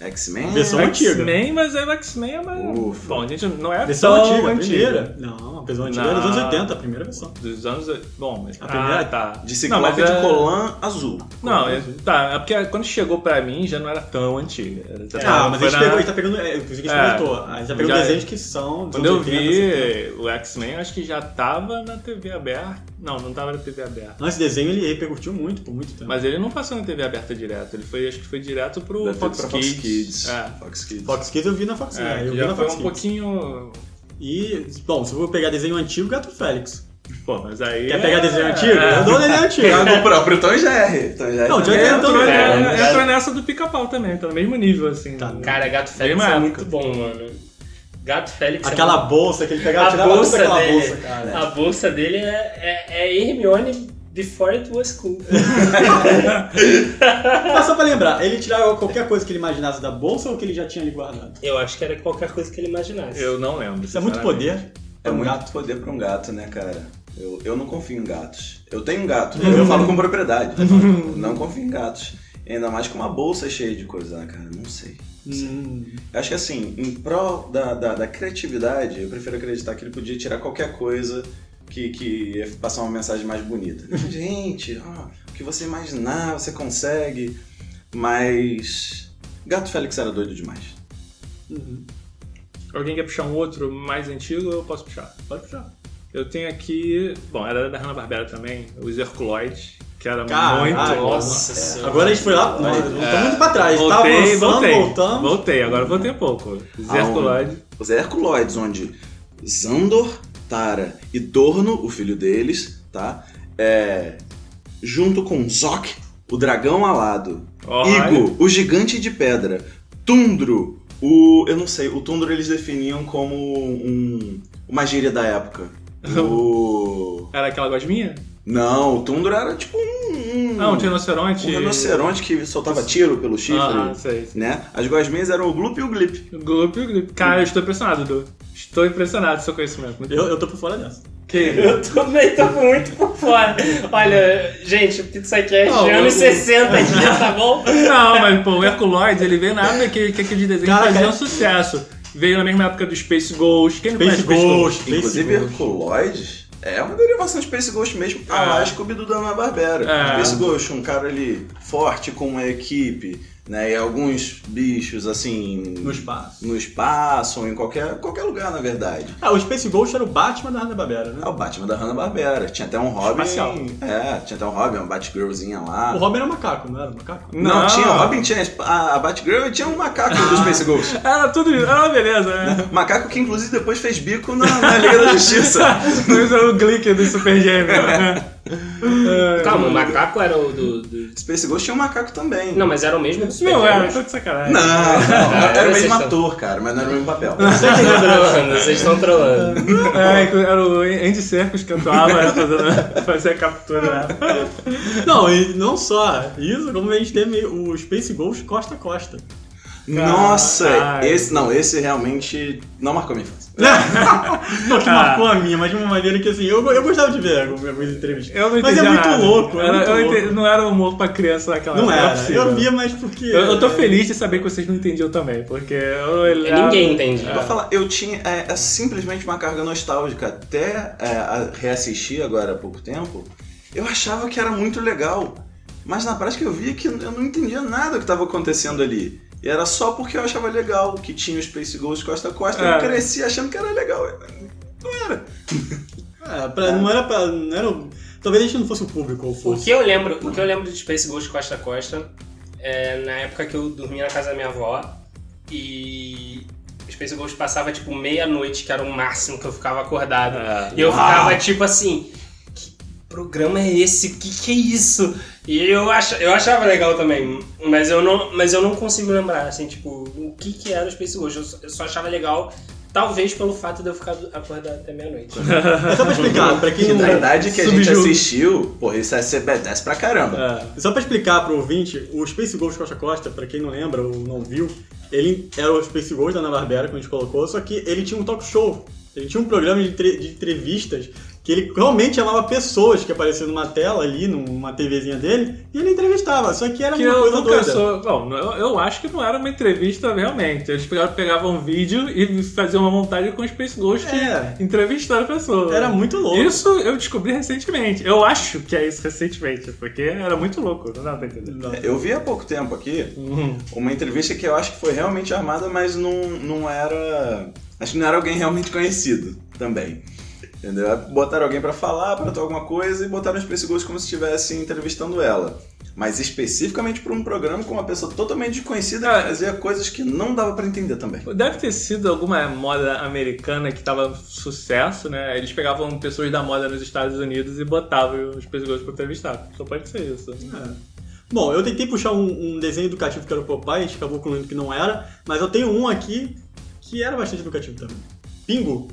X-Men.
Versão-
X-Men, mas é o X-Men é mais.
Ufa.
Bom, a gente não é
versão
tão
antiga, a primeira. Não, a versão antiga era dos anos
Não.
80, a primeira versão.
Dos anos. Bom, mas.
A primeira-
ah, tá.
De ciclope
mas
de
é-
colã azul.
Não, é-
assim.
tá, é porque quando chegou pra mim já não era tão antiga. Era-
Ah,
tá,
mas a
foi
gente,
na-
pegou, a gente tá pegando. É, inclusive a gente
É.
comentou. A gente tá pegando
Já-
desenhos que são. dos
Quando eu
anos 80, assim.
vi o X-Men, eu acho que já tava na TV aberta. Não, não tava na TV aberta.
Não, esse desenho ele repercutiu muito, por muito tempo.
Mas ele não passou na TV aberta direto. Ele foi, acho que foi direto pro
Deve ter
Fox
pra
Kids.
Fox Kids.
É.
Fox Kids.
Fox Kids eu vi na Fox
É,
né? eu
que
vi
já
na
foi um
Fox Kids.
pouquinho.
E, bom, se eu vou pegar desenho antigo, Gato Félix.
Pô, mas aí.
Quer pegar desenho
é,
antigo?
é.
Eu dou desenho
Pegado
antigo.
do Ah, próprio Tom Jerry. Tom Jerry
Não,
também
Jerry
é
também.
outro-
Entrou,
É,
né,
verdade.
entrou nessa do pica-pau também, tá no mesmo nível, assim.
Tá.
Cara, Gato Félix
Mesma
é
época.
muito bom, mano. Gato Félix
Aquela
é muito...
bolsa que ele pegava,
a
tirava tudo
bolsa
daquela
dele.
bolsa, cara.
A bolsa dele é, é, é Hermione before it was cool.
Mas só pra lembrar, ele tirava qualquer coisa que ele imaginasse da bolsa ou que ele já tinha ali guardado?
Eu acho que era qualquer coisa que ele imaginasse.
Eu não lembro.
Isso é muito
sinceramente.
poder.
É
um
muito
gato.
poder pra um gato, né, cara? Eu, eu não confio em gatos. Eu tenho um gato, eu falo com propriedade. né? não confio em gatos. Ainda mais com uma bolsa cheia de coisa, né, cara? Não sei.
Hum,
Acho que assim, em prol da, da, da criatividade, eu prefiro acreditar que ele podia tirar qualquer coisa que, que ia passar uma mensagem mais bonita. Gente, ó, o que você imaginar, você consegue. Mas. Gato Félix era doido demais.
uhum.
Alguém quer puxar um outro mais antigo, eu posso puxar.
Pode puxar.
Eu tenho aqui. Bom, era da Hanna-Barbera também, os Herculoides, que era
Caralho,
muito bom.
Nossa senhora.
Agora a gente foi lá, nós voltamos muito pra trás.
voltei,
tá avançando,
voltei,
voltamos.
Voltei, agora voltei um pouco. Os
Aonde?
Herculoides.
Os Herculoides, onde Zandor, Tara e Dorno, o filho deles, tá? É, junto com Zok, o dragão alado,
Olha.
Igo, o gigante de pedra, Tundro, o. Eu não sei, o Tundro eles definiam como um, uma gíria da época. O.
Era aquela gosminha?
Não, o Tundro era tipo um. um-
Ah, um
um
rinoceronte.
rinoceronte que soltava tiro pelo chifre,
Ah, sei.
né? As gosminhas eram o Gloop e o Glip.
Gloop, gloop. Cara, eu estou impressionado, Du. Estou impressionado com seu conhecimento. Muito
Eu, eu tô por fora dessa.
Que...
Eu também tô muito por fora. Olha, gente, o PizzaCast
Não,
de
eu-
anos 60 aqui, tá bom?
Não, mas pô, o Herculoid, ele veio na época que, que aquele desenho
Cara,
fazia
cara.
um sucesso. Veio na mesma época do Space Ghost. Quem não
Space
conhece Space Ghost?
Ghost. Space
Inclusive,
Ghost. É.
Herculoid é uma derivação de Space Ghost mesmo, a lá Scooby-Doo da Hanna-Barbera.
É.
Space Ghost, um cara ali forte com uma equipe, né? E alguns bichos, assim...
No espaço.
no espaço ou em qualquer, qualquer lugar, na verdade.
Ah, o Space Ghost era o Batman da Hanna-Barbera, né?
É o Batman da Hanna-Barbera. Tinha até um Robin...
Espacial.
É, tinha até um Robin, uma Batgirlzinha lá.
O Robin era um macaco, não era macaco?
Não, tinha o Robin, tinha a a Batgirl e tinha um macaco do Space Ghost.
Era tudo isso. Era uma beleza, né?
Macaco que, inclusive, depois fez bico na, na Liga da Justiça.
Isso era o Glick do Super Gêmeo.
Calma, o macaco era o do. do-
Space Ghost tinha um macaco também.
Não, é. mas era o mesmo do Super
Não, era,
Gêmeos.
tô de sacanagem.
Não, não, era o
vocês
mesmo
estão-
ator, cara, mas não era o mesmo papel.
Vocês estão trolando, vocês estão trolando.
É, era o Andy Serkis que atuava, né, fazendo, fazia a captura. né?
Não, e não só isso, como a gente teve o Space Ghost costa a costa.
Nossa,
Caralho.
esse não, esse realmente não marcou minha infância.
Não, que
Ah.
marcou a minha, mas de uma maneira que assim, eu, eu gostava de ver algumas entrevistas.
Eu não
mas
entendi
é muito
nada.
louco, é
Era-
muito
eu
louco.
entendi- não era um humor pra criança naquela
Não
época,
era,
possível.
eu via, mas porque...
Eu, eu tô feliz de saber que vocês não entendiam também, porque eu olhava-
É, Ninguém
É.
entende.
Pra falar, eu tinha é, é simplesmente uma carga nostálgica. Até é, a- reassistir agora há pouco tempo, eu achava que era muito legal. Mas na prática eu via que eu não entendia nada que estava acontecendo ali. E era só porque eu achava legal que tinha o Space Ghost Costa a Costa.
É.
Eu cresci achando que era legal.
É, pra- não era pra... Não era, o- talvez a gente não fosse o público, ou
O
fosse...
que eu lembro, o que eu lembro de Space Ghost Costa a Costa é na época que eu dormia na casa da minha avó e Space Ghost passava tipo meia-noite, que era o máximo que eu ficava acordado. e eu
Uau.
ficava tipo assim, que programa é esse? Que que é isso? E eu acha, eu achava legal também, mas eu não, mas eu não consigo lembrar assim, tipo, o que que era o Space Ghost? Eu só, eu só achava legal Talvez pelo fato de eu ficar acordado até meia-noite.
É só pra explicar, pra quem
E
não...
na idade que a gente
Subjugo.
assistiu, porra, isso é ser B10 pra caramba.
É.
Só pra explicar pro ouvinte, o Space Ghost Costa a Costa, pra quem não lembra ou não viu, ele era o Space Ghost da Ana Barbera, que a gente colocou, só que ele tinha um talk show. Ele tinha um programa de, entre- de entrevistas que ele realmente chamava pessoas que apareciam numa tela ali, numa TVzinha dele, e ele entrevistava, só que era
Que
uma
eu
coisa
nunca
doida.
sou. Bom, eu, eu acho que não era uma entrevista realmente. Eles pegavam, pegavam um vídeo e faziam uma montagem com o Space Ghost
É.
e entrevistaram a pessoa.
Era muito louco.
Isso eu descobri recentemente. Eu acho que é isso recentemente, porque era muito louco, não dá pra entender.
Não.
Eu vi há pouco tempo aqui
Uhum.
uma entrevista que eu acho que foi realmente armada, mas não, não era. Acho que não era alguém realmente conhecido também. Entendeu? Botaram alguém pra falar, pra atuar alguma coisa e botaram os Space Ghost como se estivesse entrevistando ela. Mas especificamente pra um programa com uma pessoa totalmente desconhecida
Ah.
que fazia coisas que não dava pra entender também.
Deve ter sido alguma moda americana que tava sucesso, né? Eles pegavam pessoas da moda nos Estados Unidos e botavam os Space Ghost pra entrevistar. Só pode ser isso.
É. Bom, eu tentei puxar um, um desenho educativo que era o Popeye, a gente acabou concluindo que não era, mas eu tenho um aqui que era bastante educativo também. Pingo.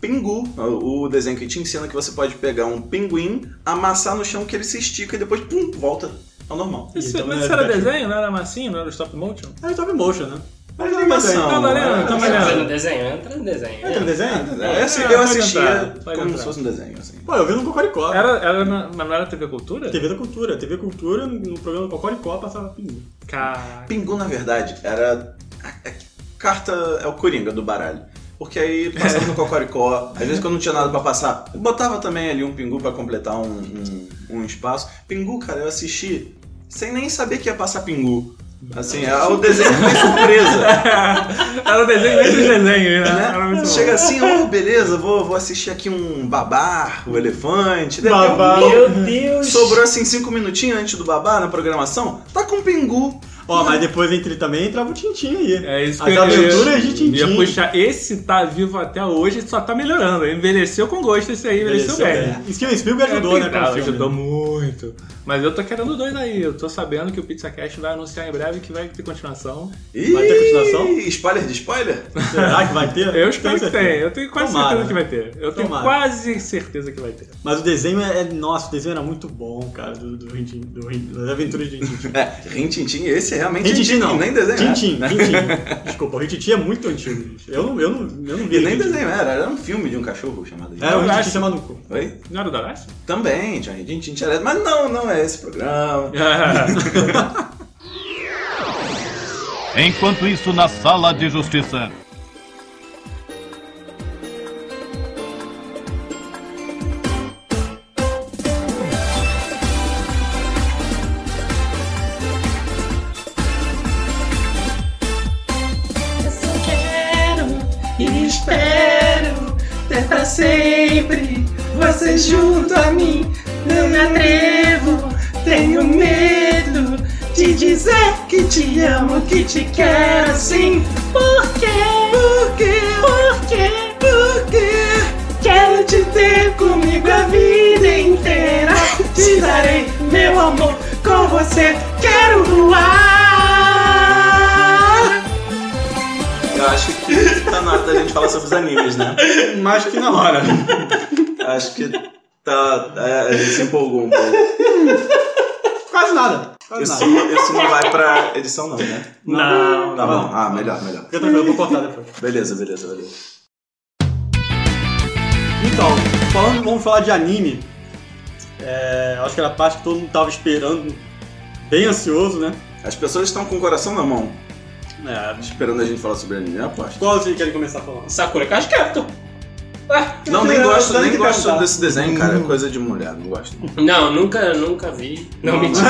Pingu, o o desenho que te ensina que você pode pegar um pinguim, amassar no chão que ele se estica e depois, pum, volta ao normal.
Isso-
Então,
mas
não
isso
era
era
educativo.
desenho? Não era massinho? Não era stop motion?
Era stop motion, né?
Mas animação.
Não, galera,
é-
tá
Mas entra no
malhando.
desenho, entra no desenho.
Era um desenho?
É, assim,
É,
eu
pode
assistia
entrar, pode
como
entrar.
se fosse um desenho, assim.
Pô, eu vi no Cocoricó.
Era, era na, mas não era TV Cultura?
TV da Cultura. TV Cultura, no programa Cocoricó, passava pingo.
Caraca.
Pingu, na verdade, era a, a carta é o coringa do baralho. Porque aí passava
É.
no Cocoricó, às vezes quando não tinha nada pra passar, botava também ali um pingu pra completar um, um, um espaço. Pingu, cara, eu assisti sem nem saber que ia passar pingu. Assim, é o desenho que foi surpresa,
Era o desenho entre os desenhos, né?
É.
Era
né?
muito
Chega assim, oh, beleza, vou, vou assistir aqui um babar, o elefante. um- Daqui a
Babá.
Meu Deus!
Sobrou assim cinco minutinhos antes do babá na programação, tá com pingu.
Ó, mas depois entre também entrava o Tintin aí.
É isso que
As
eu queria-
aventuras de Tintin.
ia puxar. Esse tá vivo até hoje, só tá melhorando. Envelheceu com gosto esse aí, envelheceu, bem.
É. Steven Spielberg ajudou,
É,
né? com o
cara,
filme.
ajudou muito. Mas eu tô querendo dois aí. Eu tô sabendo que o PizzaCast vai anunciar em breve que vai ter continuação.
Vai ter continuação?
Ih, Spoiler de spoiler?
Será que vai ter?
Eu espero que
Tenho
tenha.
certeza.
Eu tenho quase
Tomara. né?
certeza que vai ter. Eu tenho
Tomara.
quase certeza que vai ter.
Mas o desenho é. é- Nossa, o desenho era muito bom, cara, do, do, Rin Tin- do Rin- das aventuras de Tintin.
É, Rintintin, esse é realmente
Rintintin
Rintintin,
não.
nem desenho. era,
Tintin,
né?
Tintin. Desculpa, o Rintintin é muito antigo, gente. Eu não, eu não, eu não vi.
E nem
Rintintin.
desenho era, era um filme de um cachorro chamado Rintintin.
Era É, o
Eu
Rintintin
acho-
chamado no cu.
Oi?
Não era o Dorácio?
Também, tinha Rintintin, tinha Led, mas não, não é esse programa.
Enquanto isso, na sala de justiça.
Eu só quero e espero ter pra sempre você junto a mim. Não me atrevo, tenho medo de dizer que te amo, que te quero assim. Por quê? Por quê? Por quê? Por quê? Quero te ter comigo a vida inteira. Te darei meu amor com você. Quero voar.
Eu acho que tá na hora da gente falar sobre os animes, né?
Mais que na hora.
Acho que tá. é, a gente se empolgou um pouco.
Quase nada. Quase
Isso,
nada.
isso não vai pra edição, não, né?
Não,
Tá bom. Ah, melhor, melhor.
Fica tranquilo, eu vou cortar depois.
Beleza, beleza, beleza.
Então, falando, vamos falar de anime. É, acho que era a parte que todo mundo tava esperando, bem ansioso, né?
As pessoas estão com o coração na mão,
É,
esperando a gente falar sobre anime, eu aposto.
qual vocês querem começar falando?
Sakura Card Captor. Ah,
Não, nem
Eu
gosto,
tenho
nem
que
gosto
perguntar.
desse desenho, cara. É coisa de mulher, não gosto.
Não, nunca, nunca vi. Não, mentira.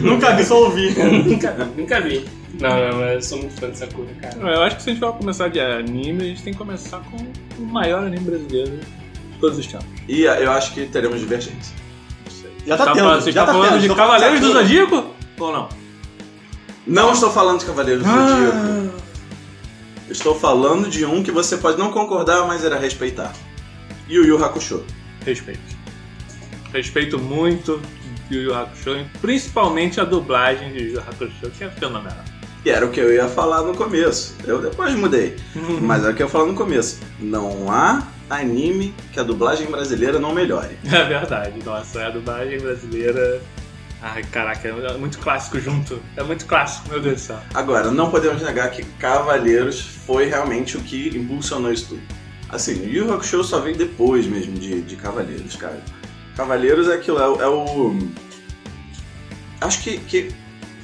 Nunca vi, só ouvi.
nunca, nunca vi. Não, não, eu sou muito fã de Sakura, cara.
Eu acho que se a gente vai começar de anime, a gente tem que começar com o maior anime brasileiro de todos os tempos.
E ah, eu acho que teremos divergência.
Já tá, tendo,
falando, você
já
tá, falando
tendo,
de
tô
Cavaleiros do
falando de
Zodíaco? Ou não?
Não estou falando de Cavaleiros do Zodíaco. Estou falando de um que você pode não concordar, mas irá respeitar. Yu Yu Hakusho.
Respeito. Respeito muito Yu Yu Hakusho, principalmente a dublagem de Yu Yu Hakusho, que é fenomenal.
E era o que eu ia falar no começo. Eu depois mudei. Mas era o que eu ia falar no começo. Não há anime que a dublagem brasileira não melhore.
É verdade, nossa, a dublagem brasileira. Ai, caraca, é muito clássico junto. É muito clássico, meu Deus do céu.
Agora, não podemos negar que Cavaleiros foi realmente o que impulsionou isso tudo. Assim, Yu Yu Hakusho só veio depois mesmo de, de Cavaleiros, cara. Cavaleiros é aquilo, é, o- é o... Acho que, que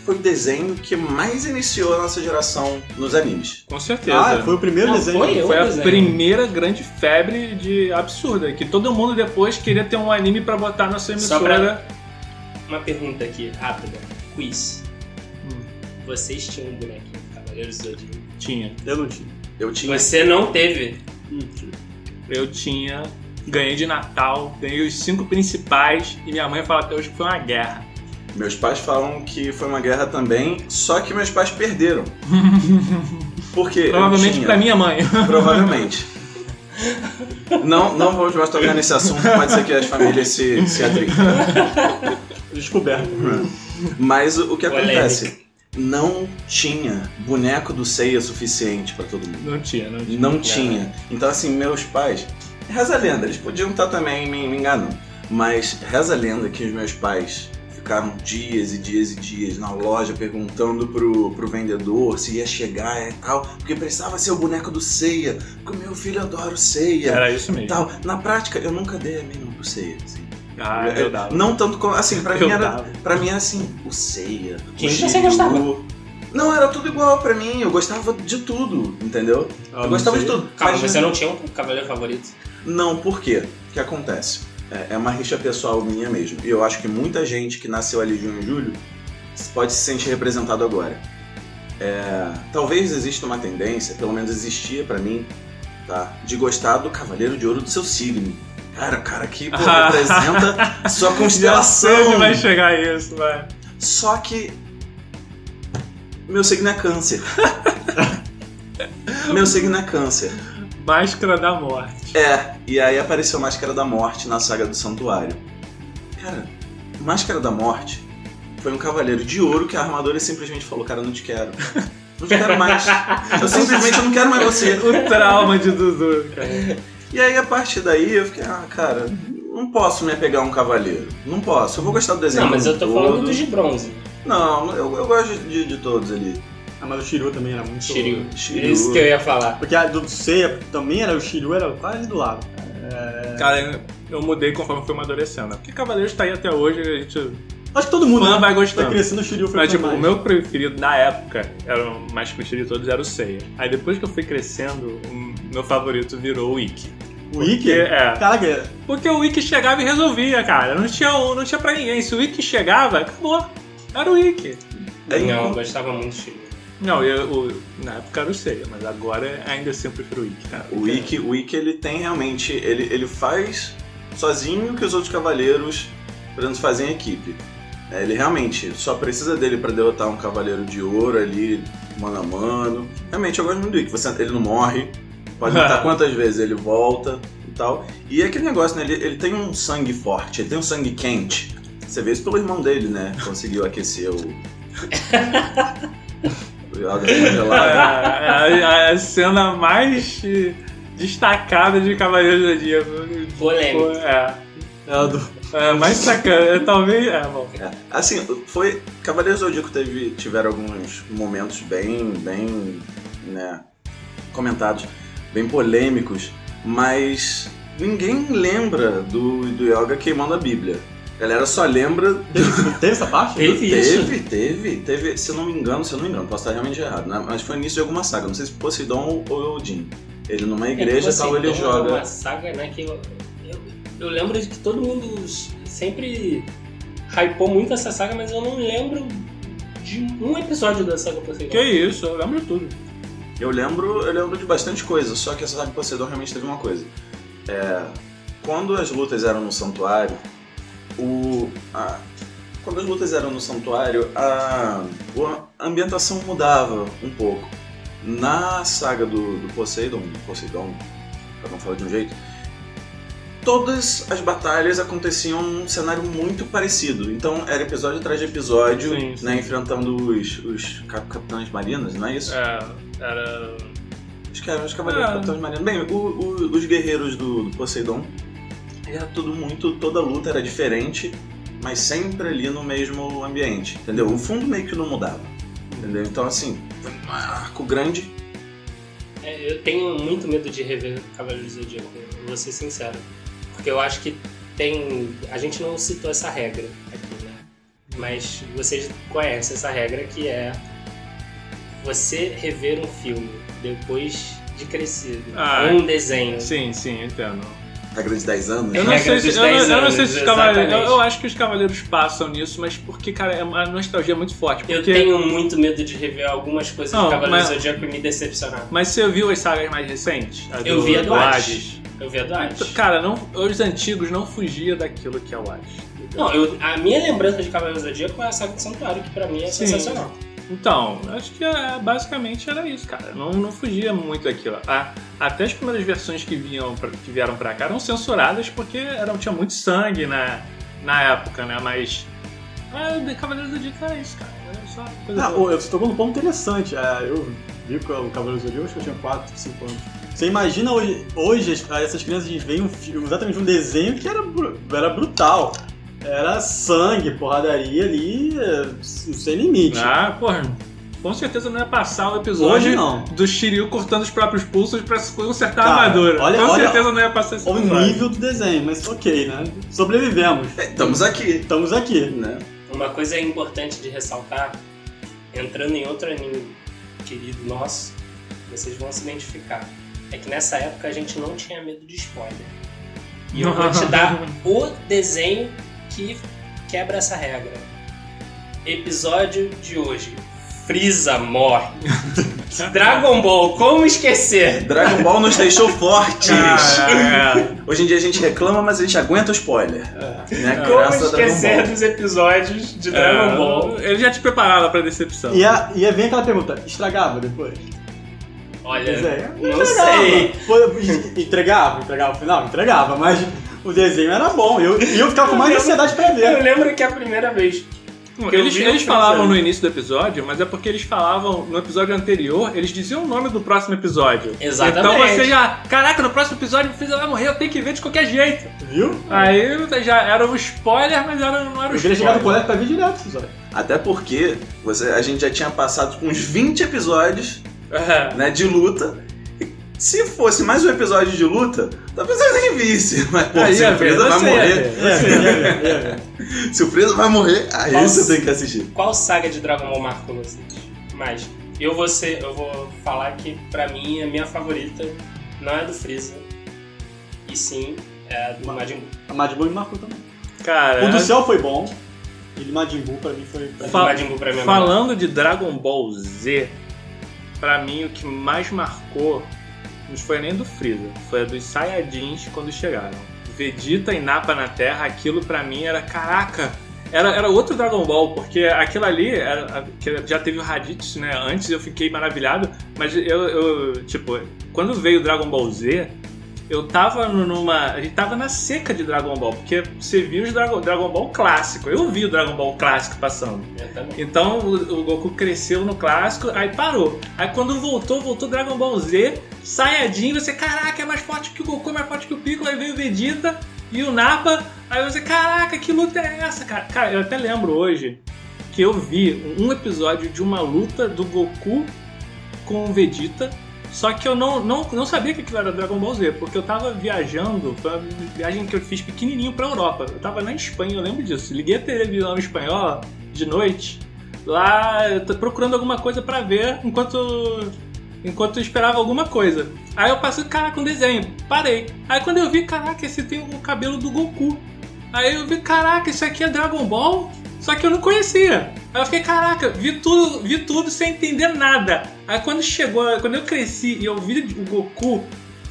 foi o desenho que mais iniciou a nossa geração nos animes.
Com certeza.
Ah, foi o primeiro
Não,
desenho.
um
foi eu.
Foi a
desenho.
primeira grande febre de absurda, que todo mundo depois queria ter um anime pra botar na sua
Só
emissora.
Uma pergunta aqui, rápida. Quiz.
Hum,
Vocês tinham um bonequinho do Cavaleiro do Zodíaco?
tinha.
Eu não tinha.
Eu tinha...
Você não teve.
Não tinha.
Eu tinha. Ganhei de Natal, ganhei os cinco principais, e minha mãe fala até hoje que foi uma guerra.
Meus pais falam que foi uma guerra também, só que meus pais perderam. Porque eu
Provavelmente
tinha-
pra minha mãe.
Provavelmente. Não, não vamos mais tocar nesse assunto, pode ser que as famílias se, se atribuam.
Descoberto.
Mas o o que
Polêmica.
acontece? Não tinha boneco do Seiya suficiente pra todo mundo.
Não tinha, não tinha.
Não tinha. Então, assim, meus pais. Reza a lenda, eles podiam estar também me, me enganando. Mas reza a lenda que os meus pais ficaram dias e dias e dias na loja perguntando pro, pro vendedor se ia chegar e tal. Porque precisava ser o boneco do Seiya. Porque o meu filho adora o Seiya.
Era isso
e
mesmo.
tal. Na prática, eu nunca dei a mínima pro Seiya. assim.
Ah, eu dava.
Não tanto como. Assim, pra
Eu
mim era.
dava.
Pra mim era assim, o Seiya. o
Quem
Shiryu.
você gostava?
Não, era tudo igual pra mim. Eu gostava de tudo, entendeu? eu gostava de tudo.
Ah, Calma,
Mas
você um- não tinha um cavaleiro favorito?
Não, por quê? O que acontece? É, é uma rixa pessoal minha mesmo. E eu acho que muita gente que nasceu ali junho e julho pode se sentir representado agora. É, talvez exista uma tendência, pelo menos existia pra mim, tá? De gostar do Cavaleiro de Ouro do seu signo. Cara, o cara que pô,
Ah.
representa sua
Já sei
constelação.
onde vai chegar isso, vai.
Só que Meu signo é câncer. Meu signo é câncer.
Máscara da morte.
É, e aí apareceu Máscara da Morte na saga do Santuário. Cara, Máscara da Morte foi um cavaleiro de ouro que a armadura simplesmente falou: Cara, não te quero. Não te quero mais. Eu simplesmente não quero mais você.
O trauma de Dudu, cara.
E aí a partir daí eu fiquei: Ah, cara, não posso me apegar a um cavaleiro. Não posso. Eu vou gostar do desenho.
Não, mas eu tô
como um
falando
todo.
dos de bronze.
Não, eu, eu gosto de, de todos ali.
Ah, mas o Shiryu também era muito.
Shiryu.
É
Shiryu.
Isso que eu ia falar.
Porque a do Seiya também era o Shiryu, era quase do lado.
Cara, eu- eu mudei conforme fui amadurecendo. né? Porque Cavaleiros tá aí até hoje, a gente
Acho que todo mundo
Fã
né,
vai gostando.
Vai crescendo o Shiryu foi
Mas, tipo,
mais.
o meu preferido na época, era o mais preferido de todos, era o Seiya. Aí depois que eu fui crescendo, o meu favorito virou o Ikki.
O Ikki?
é.
Caraca,
Porque o Ikki chegava e resolvia, cara. Não tinha, um- não tinha pra ninguém. Se o Ikki chegava, acabou. Era o Ikki.
É,
Não, eu gostava muito do Shiryu.
Não, eu, o- na época era o Seiya, mas agora é, ainda sempre prefiro o Ikki, cara.
O Wiki, o Wiki ele tem realmente. Ele, ele faz sozinho o que os outros cavaleiros nos fazem em equipe. É, Ele realmente só precisa dele pra derrotar um cavaleiro de ouro ali, mano a mano. Realmente eu gosto muito do Wiki. Você, ele não morre, pode lutar quantas vezes ele volta e tal. E é aquele negócio, né? Ele, ele tem um sangue forte, ele tem um sangue quente. Você vê isso pelo irmão dele, né? Conseguiu aquecer o. o Yoda
É,
congelado.
é a, a cena mais eh, destacada de Cavaleiros do Zodíaco.
Polêmico.
É.
era do
É, mais sacana. Talvez. É, bom.
É, Assim, foi. Cavaleiros do Zodíaco teve, tiveram alguns momentos bem, bem, né, comentados, bem polêmicos, mas ninguém lembra do, do Yoga queimando a Bíblia. A galera só lembra.
Teve, teve essa parte?
Teve isso.
Teve, teve, teve, se eu não me engano, se eu não me engano, posso estar realmente errado, né? Mas foi no início de alguma saga, não sei se Poseidon ou Odin. Ele numa igreja
É
e
que
tal, ele
Poseidon é
joga.
uma saga, né, que eu, eu, eu lembro de que todo mundo s- sempre hypou muito essa saga, mas eu não lembro de um episódio da saga Poseidon.
Que isso, eu lembro de tudo.
Eu lembro, eu lembro de bastante coisa, só que essa saga do Poseidon realmente teve uma coisa. É, quando as lutas eram no santuário, o. a- quando as lutas eram no santuário, a, o- a ambientação mudava um pouco. Na saga do, do Poseidon, do Poseidon, cada um fala de um jeito, todas as batalhas aconteciam num cenário muito parecido. Então era episódio atrás de episódio,
Sim, sim.
né, enfrentando os, os cap- capitães marinos, não é isso?
É, era.
Os caras, os cavaleiros
Ah.
capitães marinos. Bem, o- o- os guerreiros do, do Poseidon era tudo muito. toda luta era diferente, mas sempre ali no mesmo ambiente. Entendeu? O fundo meio que não mudava. Entendeu? Então assim, foi um arco grande.
É, eu tenho muito medo de rever Cavaleiros do Zodíaco, eu vou ser sincero. Porque eu acho que tem. A gente não citou essa regra aqui, né? Mas vocês conhecem essa regra que é você rever um filme depois de crescido.
Ah,
um desenho.
Sim, sim, entendo.
Regra tá de 10 anos. né?
Eu não
Regra
sei se,
dos
eu não, eu
10
não
anos,
sei se os cavaleiros. Eu,
exatamente.
eu acho que os cavaleiros passam nisso, mas porque, cara, é uma- a nostalgia é muito forte. Porque,
Eu tenho muito medo de rever algumas coisas
Não,
de Cavaleiros
mas-
do Zodíaco e me decepcionar.
Mas você viu as sagas mais recentes? A
Eu vi a do
Hades. Então,
Hades. Eu vi a do Hades.
Cara, não, os antigos não fugia daquilo que é o Hades.
Não, eu- a minha lembrança de Cavaleiros do Zodíaco é a Saga do Santuário, que pra mim é
Sim.
sensacional.
Então, acho que é, basicamente era isso, cara. Não, não fugia muito daquilo. A- até as primeiras versões que, vinham pra- que vieram pra cá eram censuradas porque eram, tinha muito sangue na, na época, né? Mas. Ah, o Cavaleiro do Zodíaco era isso, cara. Era só coisa
Ah,
boa.
ô, você tocou num ponto interessante. Ah, eu vi que o Cavaleiro do Zodíaco, acho que eu tinha 4, 5 anos. Você imagina hoje, hoje as- essas crianças veem um, fi- exatamente um desenho que era, bru- era brutal. Era sangue, porradaria ali, eh, sem limite.
Ah, porra. Com certeza não ia passar o episódio
Hoje não.
do Shiryu cortando os próprios pulsos pra consertar a
Cara,
armadura.
olha-
Com
olha-
certeza não ia passar esse
Olha o
episódio.
nível do desenho, mas ok, né? Sobrevivemos.
Estamos aqui.
Estamos aqui.
Né?
Uma coisa importante de ressaltar, entrando em outro anime querido nosso, vocês vão se identificar, é que nessa época a gente não tinha medo de spoiler. E eu vou te dar o desenho que quebra essa regra. Episódio de hoje. Frieza morre.
Dragon Ball, como esquecer?
Dragon Ball nos deixou fortes.
Caraca.
Hoje em dia a gente reclama, mas a gente aguenta o spoiler.
É.
Né?
Como
Graças a Dragon
esquecer
Ball. É.
dos episódios de Dragon Ball?
Ele já te preparava pra decepção.
E, é a, e aí vem aquela pergunta, estragava depois?
Olha,
Desenho?
é.
não sei.
Foi- Entregava, entregava o final? Entregava, mas o desenho era bom. Eu, e eu ficava com mais ansiedade pra
Eu
ver.
lembro que é a primeira vez.
Não,
Eu
Eles,
vi
eles
o
falavam
terceiro.
no início do episódio, mas é porque eles falavam no episódio anterior, eles diziam o nome do próximo episódio.
Exatamente.
Então você já, caraca, no próximo episódio o Freeza vai morrer, eu tenho que ver de qualquer jeito.
Viu?
Aí já era um spoiler, mas era, não era um
Eu queria chegar
spoiler.
no colégio pra ver direto, só.
Até porque você, a gente já tinha passado uns 20 episódios né, de luta. E Se fosse mais um episódio de luta, talvez eu nem visse. Mas, pô,
Aí,
se
ia
o
ver,
Freeza vai
você ia
morrer,
ver.
É, é, é, é.
se o Freeza vai morrer, aí
Nossa.
você tem que assistir.
qual saga de Dragon Ball marcou vocês? Mas eu vou, ser- eu vou falar que pra mim a minha favorita não é a do Freeza, e sim é a do Majin Buu.
A Majin Buu me marcou também.
Cara,
O do céu foi bom. E o Majin Buu pra mim foi...
A do
Fa-
Majin Buu pra mim é a melhor.
falando de Dragon Ball Z, pra mim o que mais marcou não foi nem do Freeza, foi a dos Saiyajins quando chegaram. Vegeta e Nappa na Terra, aquilo pra mim era, caraca, era, era outro Dragon Ball, porque aquilo ali, era- que já teve o Raditz, né? Antes eu fiquei maravilhado, mas eu, eu, tipo, quando veio o Dragon Ball Z, eu tava numa. A gente tava na seca de Dragon Ball, porque você viu os Dragon, Dragon Ball clássico, eu vi o Dragon Ball clássico passando.
Eu também.
Então o, o Goku cresceu no clássico, aí parou. Aí quando voltou, voltou Dragon Ball Z, Saiyajin, você, caraca, é mais forte que o Goku, é mais forte que o Piccolo, aí veio o Vegeta e o Nappa, aí você, caraca, que luta é essa, cara? Cara, eu até lembro hoje que eu vi um episódio de uma luta do Goku com o Vegeta, só que eu não, não, não sabia que aquilo era Dragon Ball Z, porque eu tava viajando, foi uma viagem que eu fiz pequenininho pra Europa. Eu tava na Espanha, eu lembro disso. Liguei a televisão espanhola de noite, lá eu tô procurando alguma coisa pra ver enquanto enquanto eu esperava alguma coisa. Aí eu passei, caraca, um desenho, parei. Aí quando eu vi, caraca, esse tem o cabelo do Goku. Aí eu vi, caraca, isso aqui é Dragon Ball, só que eu não conhecia. Aí eu fiquei, caraca, vi tudo, vi tudo sem entender nada. Aí quando chegou, quando eu cresci e eu vi o Goku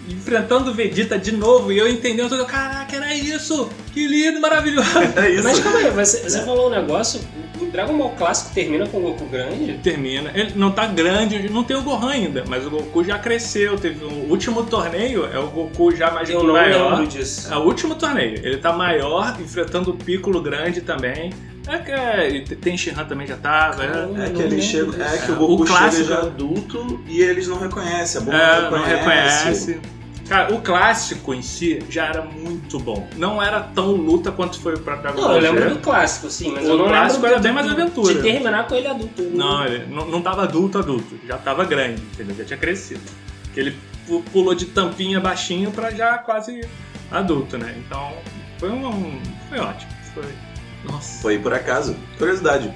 enfrentando o Vegeta de novo e eu entendendo tudo, caraca, era isso! Que lindo, maravilhoso!
É isso.
Mas calma aí, você, você falou um negócio, o Dragon Ball clássico termina com o Goku grande?
termina. Ele não tá grande, não tem o Gohan ainda, mas o Goku já cresceu. Teve o último torneio, é o Goku já mais
Eu não
maior.
lembro um disso.
Ah,
É o último torneio. Ele tá maior, enfrentando o Piccolo grande também. É que é, e te- tem Shinhan também já tava. é.
Caramba.
É que ele chega, é que o Goku
O clássico-
chega já adulto e eles não reconhecem, a Bulma
É,
não
não
reconhece.
reconhece. Cara, o clássico em si já era muito bom. Não era tão luta quanto foi o próprio Dragon
Não,
Ball
eu
Z.
lembro do clássico, sim, mas
O
eu não
clássico
é
lembro
era bem mais aventura.
de terminar com ele adulto.
Não, ele não, não tava adulto, adulto. Já tava grande, entendeu? Já tinha crescido. Porque ele pu- pulou de tampinha baixinho pra já quase adulto, né? Então, foi um... um- foi ótimo. Foi... Nossa.
Foi por acaso. Curiosidade.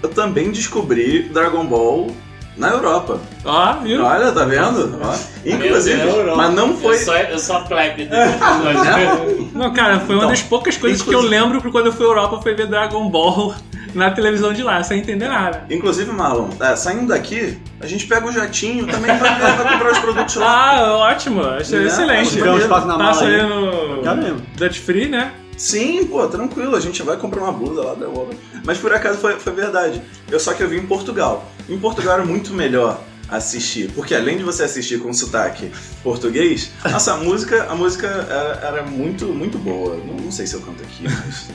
Eu também descobri Dragon Ball na Europa.
Ó, viu?
Olha, tá vendo? Ó. Inclusive,
Meu Deus. É
mas não
Eu
foi.
sou, eu sou a plebe desse episódio.
Não, cara, foi uma
Então,
das poucas coisas que
inclusive-
eu lembro que quando eu fui à Europa foi ver Dragon Ball na televisão de lá, sem entender nada.
Inclusive, Marlon, é, saindo daqui, a gente pega o jatinho, também vai, vai comprar os produtos lá.
Ah, ótimo. Achei
Não,
excelente.
Tiver um espaço na mala
Passa
aí.
aí no...
Quero mesmo.
Dutch Free, né?
Sim, pô, tranquilo, a gente vai comprar uma blusa lá da Uber. Mas por acaso foi, foi verdade. Eu só que eu vim em Portugal. Em Portugal era muito melhor assistir, porque além de você assistir com sotaque português, nossa, a música, a música é, era, era muito, muito boa. Não, não sei se eu canto aqui, mas.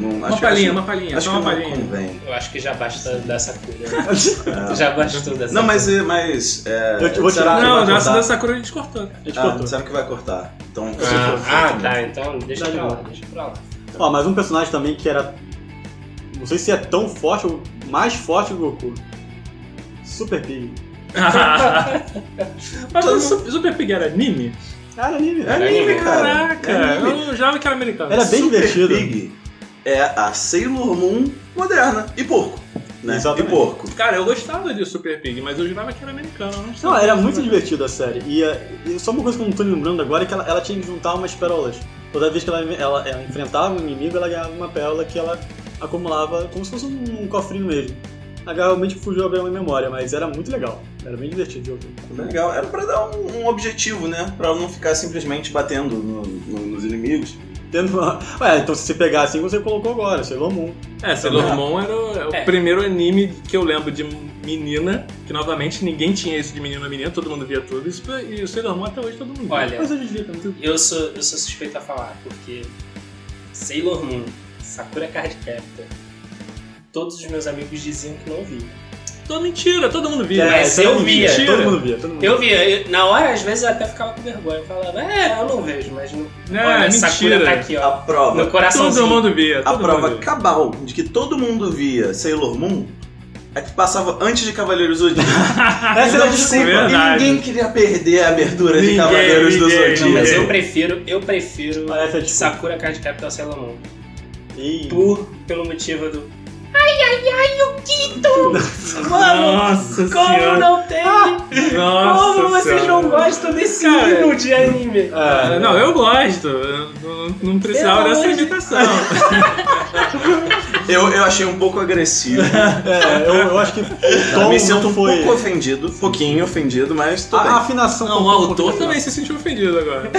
Não, não- acho
Uma
que-
palhinha,
acho-
uma palhinha,
Acho
só
que
uma
não
palhinha.
convém.
Eu acho que já basta dessa cura. Já bastou dessa
Não, mas.
cura.
é- mas é,
Eu te- vou
será
tirar-
que
Não,
vai
nossa,
cortar?
da Sakura a gente cortou.
A gente
Ah,
cortou.
será que vai cortar? Então.
Ah, ah,
né?
tá, então deixa
Dá de
pra lá,
boa.
deixa pra lá.
Ó, mas um personagem também que era... Não sei se é tão forte ou mais forte que o Goku. Super Pig.
Mas o Super, Super Pig era anime?
Era anime. né?
É anime, cara.
Caraca,
É anime.
eu já que era americano.
Era bem
Super
divertido.
Pig é a Sailor Moon moderna. E porco. Né?
Exatamente.
E porco.
Cara, eu gostava de Super Pig, mas eu jurava que era americano. eu Não,
Não,
sabia.
era muito divertida a série. E, eh, e só uma coisa que eu não tô lembrando agora é que ela, ela tinha que juntar umas pérolas. Toda vez que ela, ela- ela enfrentava um inimigo, ela ganhava uma pérola que ela acumulava como se fosse um, um cofrinho mesmo. Agora realmente fugiu a minha memória, mas era muito legal. Era bem divertido de ouvir.
Tá Legal, era pra dar um, um objetivo, né? Pra não ficar simplesmente batendo no- no- nos inimigos.
Tendo uma- Ué, então se você pegar assim, você colocou agora, Sailor Moon.
É, Sailor Moon era o, é o
É.
primeiro anime que eu lembro de menina, que novamente ninguém tinha isso de menino a menina, todo mundo via tudo. Isso, e o Sailor Moon até hoje todo mundo vê.
Olha.
Mas hoje em dia também.
Eu sou, eu sou suspeito a falar, porque Sailor Moon, Sakura Card Captor, todos os meus amigos diziam que não via.
Tô mentira, todo mundo via.
É, mas
todo
eu
mundo
via,
Mentira.
Todo mundo via, todo mundo
Eu via, eu- na hora às vezes eu até ficava com vergonha, eu falava, é, eu não vejo, mas não.
É,
Olha, Sakura
mentira.
tá aqui,
A
ó,
prova.
no coraçãozinho.
Todo mundo via.
A
Todo
prova
mundo via.
cabal de que todo mundo via Sailor Moon é que passava antes de Cavaleiros do Zodíaco.
Essa era a
Então,
desculpa.
sempre-
verdade.
Ninguém queria perder a abertura de
Ninguém,
Cavaleiros do
ninguém,
Zodíaco.
Não, mas eu
É.
prefiro, eu prefiro
Ah, essa é tipo-
Sakura Card Captor Sailor Moon.
Ih,
Por, pelo motivo do.
Nossa senhora. Ah,
não tem?
Nossa senhora.
gostam desse
Cara,
hino de anime?
Ah, não, eu gosto. Eu Não, não precisava
Pelo
dessa
amor de-
imitação.
Eu, eu achei um pouco agressivo.
É, eu, eu acho que o tom
me sinto
não
um
foi...
pouco ofendido, um pouquinho ofendido, mas tudo
A
bem.
afinação
Não,
foi
o
um pouco
autor
afinada.
também se sentiu ofendido agora.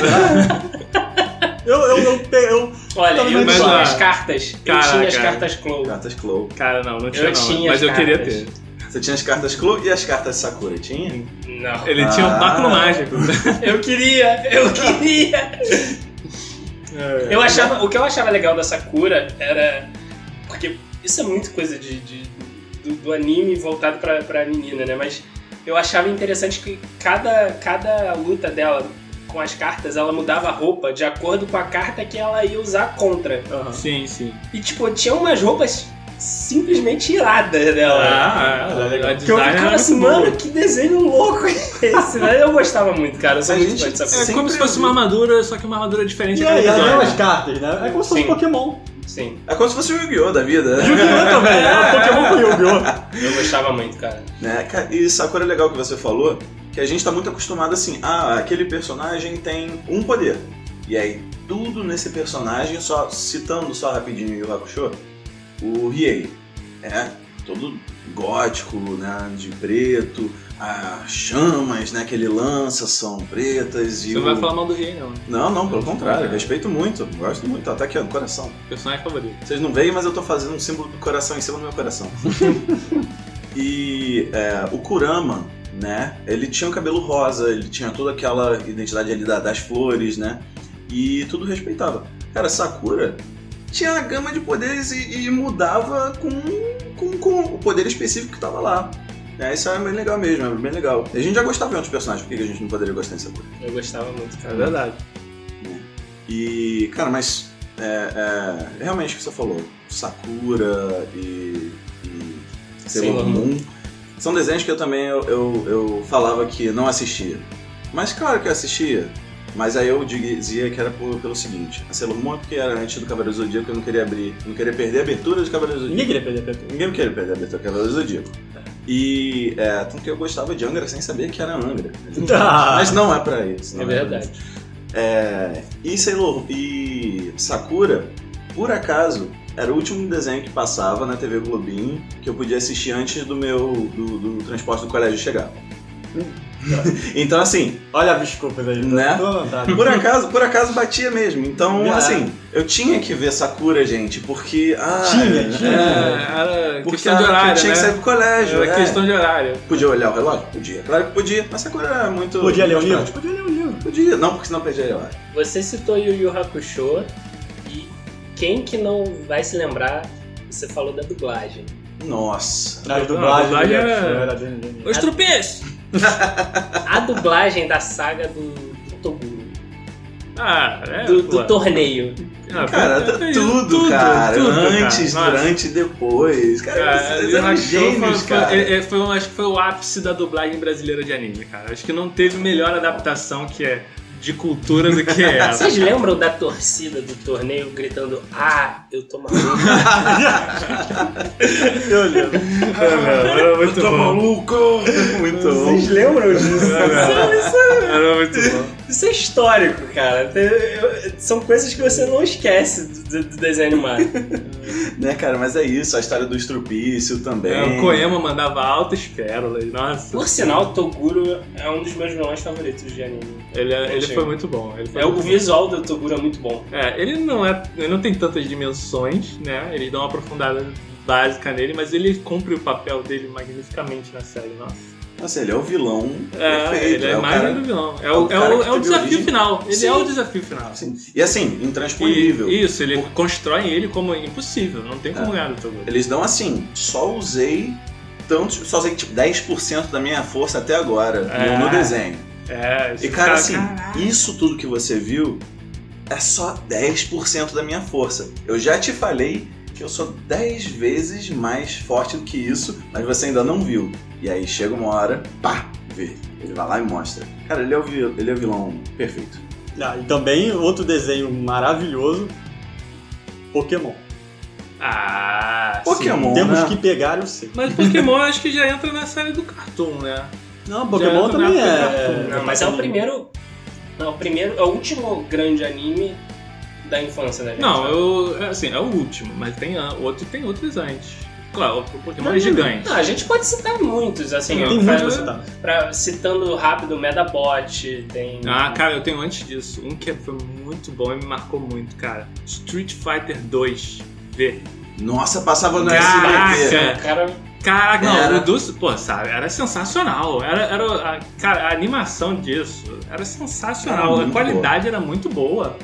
Eu, eu, eu, pe- eu,
Olha, eu
Mas,
tinha
ah,
as cartas. eu
caraca.
tinha as cartas Clow.
Cartas Clow.
Cara, não, não tinha
Eu
não,
tinha
mas
as
eu queria
cartas.
ter.
Você tinha as cartas Clow e as cartas Sakura, tinha?
Não.
Ele tinha um báculo
Ah.
mágico.
Eu queria, eu queria.
É.
Eu achava, o que eu achava legal da Sakura era. Porque isso é muito coisa de, de- do, do anime voltado pra, pra menina, né? Mas eu achava interessante que cada, cada luta dela com as cartas, ela mudava a roupa de acordo com a carta que ela ia usar contra.
Sim, sim.
E, tipo, tinha umas roupas simplesmente iradas dela.
Ah, ah,
legal.
a
que eu
design
ficava
era
assim,
muito boa.
mano, que desenho louco é esse, né? Eu gostava muito, cara. Eu sou
A
muito
gente-
fã de Sakura.
É como se fosse uma armadura, só que uma armadura diferente.
e
a cada
aí, as
episódio.
mesmas cartas, né? É como se fosse
Sim.
Pokémon.
Sim.
É como se fosse o Yu-Gi-Oh! da vida.
Yu-Gi-Oh! também, era né? Pokémon com Yu-Gi-Oh!
Eu gostava muito, cara.
né? Ca- E Sakura é legal que você falou, que a gente tá muito acostumado assim, ah, aquele personagem tem um poder. E aí, tudo nesse personagem, só citando só rapidinho Yu Yu Hakusho, o Riei, é todo gótico, né, de preto, as chamas, né, que ele lança são pretas e
Você não vai
o...
falar mal do Rei, não. né?
Não, não, pelo contrário, respeito muito, gosto muito, até aqui ó, no coração.
Personagem favorito.
Vocês não veem, mas eu tô fazendo um símbolo do coração em cima do meu coração. e é, o Kurama, né? Ele tinha o cabelo rosa, ele tinha toda aquela identidade ali da- das flores, né? E tudo respeitava. Cara, Sakura tinha a gama de poderes e, e mudava com, com, com o poder específico que tava lá. É, isso é bem legal mesmo, é bem legal. A gente já gostava de outros personagens, por que que a gente não poderia gostar de Sakura?
Eu gostava muito, cara.
É verdade.
E, cara, mas é, é, realmente o que você falou, Sakura e, e Sailor
Sailor
Moon, são desenhos que eu também eu, eu, eu falava que não assistia. Mas claro que eu assistia, mas aí eu dizia que era por- pelo seguinte, a Sailor Moon é porque era antes do Cavaleiro do Zodíaco, eu não queria abrir, não queria perder a abertura do Cavaleiro do Zodíaco.
Ninguém queria perder Pepe.
Ninguém queria perder a abertura do Cavaleiro do Zodíaco. E é, tanto que eu gostava de Angra sem saber que era Angra.
Tá.
Mas não é pra isso.
É
não pra
verdade.
é, e Sailor e Sakura, por acaso, era o último desenho que passava na TV Globinho que eu podia assistir antes do meu do, do transporte do colégio chegar. então assim,
Olha as desculpas aí.
Né?
Tô à vontade.
por acaso, por acaso batia mesmo. Então
Ah.
assim, eu tinha que ver Sakura, gente, porque ah,
Tinha, tinha.
É,
é,
era
porque
questão de
era-
horário,
tinha que sair
né?
pro colégio.
Era
é.
questão de horário.
Podia olhar o relógio? Podia. Claro que podia, mas Sakura era muito
Podia ler o
mais
livro?
prático.
Podia ler o livro.
Podia, não, porque senão perdia a relógio.
Você citou Yu Yu Hakusho e quem que não vai se lembrar, você falou da dublagem.
Nossa.
Nas
dublagens,
dublagens,
né?
era bem genial.
Os trupês!
A dublagem da saga do, do Toguro,
Ah, é.
do,
pô.
do torneio.
Ah,
Cara,
pô,
tá
é
tudo, cara. Antes,
cara. Nossa.
durante e depois. Cara,
Cara,
vocês
eu
eram
acho que foi-
gênios,
foi-
cara.
é- é, foi um- acho que foi o ápice da dublagem brasileira de anime, cara. Acho que não teve melhor adaptação que é de cultura do que essa.
Vocês lembram da torcida do torneio gritando Ah, Eu tô maluco.
Eu lembro.
Era muito bom.
maluco! Muito bom.
Vocês lembram disso?
Era muito bom.
Isso é histórico, cara. Eu- eu- são coisas que você não esquece do, do- do desenho animado.
Né, cara, mas é isso, a história do estrupício também.
É, o Koema mandava altas pérolas. Nossa.
Por sinal, Toguro é um dos meus vilões favoritos de anime.
Ele, é,
Eu
ele
sei.
foi muito bom. Ele foi
É, o
muito bom.
visual do Toguro é muito bom.
É, ele não é. Ele não tem tantas dimensões, né? Ele dá uma aprofundada básica nele, mas ele cumpre o papel dele magnificamente na série, nossa.
Nossa, ele é o vilão
É,
perfeito.
ele é,
o
mais
cara-
do vilão. É
é o
o, é
cara
o,
que
é o
teve
desafio
origem.
final. Ele
Sim.
é o desafio final.
Sim. E assim,
E-
intransponível.
Isso, ele constrói ele como impossível. Não tem
É.
como ganhar do Toguro.
Eles dão assim, só usei tantos, só usei tipo 10% da minha força até agora
É.
no, no desenho.
É,
E
esse
cara, assim, isso tudo que você viu é só 10% da minha força. Eu já te falei que eu sou 10 vezes mais forte do que isso, mas você ainda não viu. E aí chega uma hora, pá, vê. Ele vai lá e mostra. Cara, ele é o, vil- ele é o vilão perfeito.
Ah, e também outro desenho maravilhoso, Pokémon.
Ah,
Pokémon,
Temos
né?
que pegar, eu sei.
Mas Pokémon acho que já entra na série do Cartoon, né?
Não, Pokémon
Já
também
entra na-
é...
Não, mas é o primeiro. Não, é o primeiro. É o último grande anime da infância, né? gente?
Não, eu. Assim, é o último, mas tem a- outro, tem outros antes. Claro, o Pokémon
Não,
é gigante.
Não, Ah, a gente pode citar muitos, assim.
Tem
ó,
Tem
pra-
muito pra citar.
pra- citando rápido, Medabot, tem.
Ah, cara, eu tenho antes disso. Um que foi muito bom e me marcou muito, cara. Street Fighter 2 V.
Nossa, passava no
Caraca!
SBT.
O cara
Caraca,
Era.
não, o do, pô, sabe, era sensacional. Era, era a, cara, a animação disso era sensacional.
Era
a
muito
qualidade era muito boa.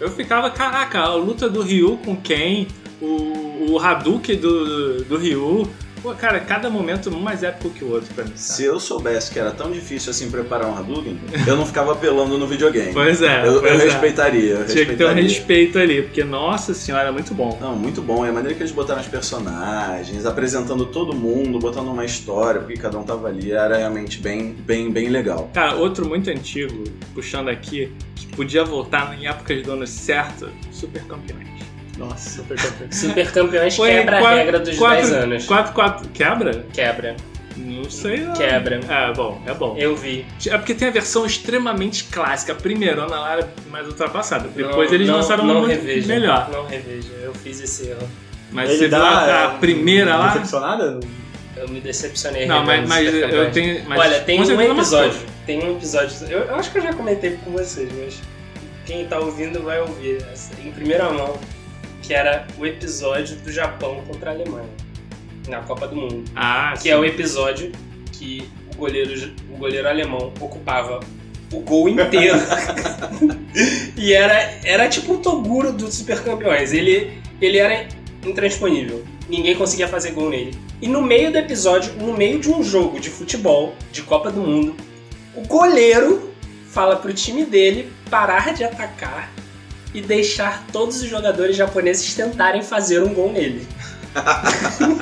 Eu ficava, caraca, a luta do Ryu com Ken, o, o Hadouken do, do Ryu. Pô, cara, cada momento um mais épico que o outro pra mim. cara.
Se eu soubesse que era tão difícil assim preparar um Hadouken, eu não ficava apelando no videogame.
Pois é,
eu, eu
pois é.
respeitaria. eu
Tinha que ter um
respeitaria.
respeito ali, porque, nossa senhora, é muito bom.
Não, muito bom. É a maneira que eles botaram os personagens, apresentando todo mundo, botando uma história, porque cada um tava ali, era realmente bem, bem, bem legal.
Cara, outro muito antigo, puxando aqui, que podia voltar em épocas do ano certo, Super Campeões.
Nossa, super campeão.
Super Campeões
Foi
quebra
quatro-
a regra dos
quatro-
10 anos.
4, 4, quebra?
Quebra.
Não sei. não.
Quebra.
É bom, é bom.
Eu vi.
É porque tem a versão extremamente clássica. A primeirona lá era é mais ultrapassada. Depois
Não-
eles
não-
lançaram
não
uma
reveja,
melhor.
Não reveja. Eu fiz esse erro.
Mas você viu a, a primeira lá?
Decepcionada?
Eu me decepcionei.
Não, mas,
revendo
mas
Super Campeões.
eu tenho. Mas
Olha, tem
com certeza é
um
não marcou.
episódio. Tem um episódio. Eu, eu acho que eu já comentei com vocês, mas quem tá ouvindo vai ouvir essa, em primeira mão, que era o episódio do Japão contra a Alemanha na Copa do Mundo.
Ah,
Que é o episódio que o goleiro, o goleiro alemão ocupava o gol inteiro. e era, era tipo o Toguro dos supercampeões. Ele, ele era intransponível. Ninguém conseguia fazer gol nele. E no meio do episódio, no meio de um jogo de futebol, de Copa do Mundo, o goleiro fala pro time dele parar de atacar e deixar todos os jogadores japoneses tentarem fazer um gol nele.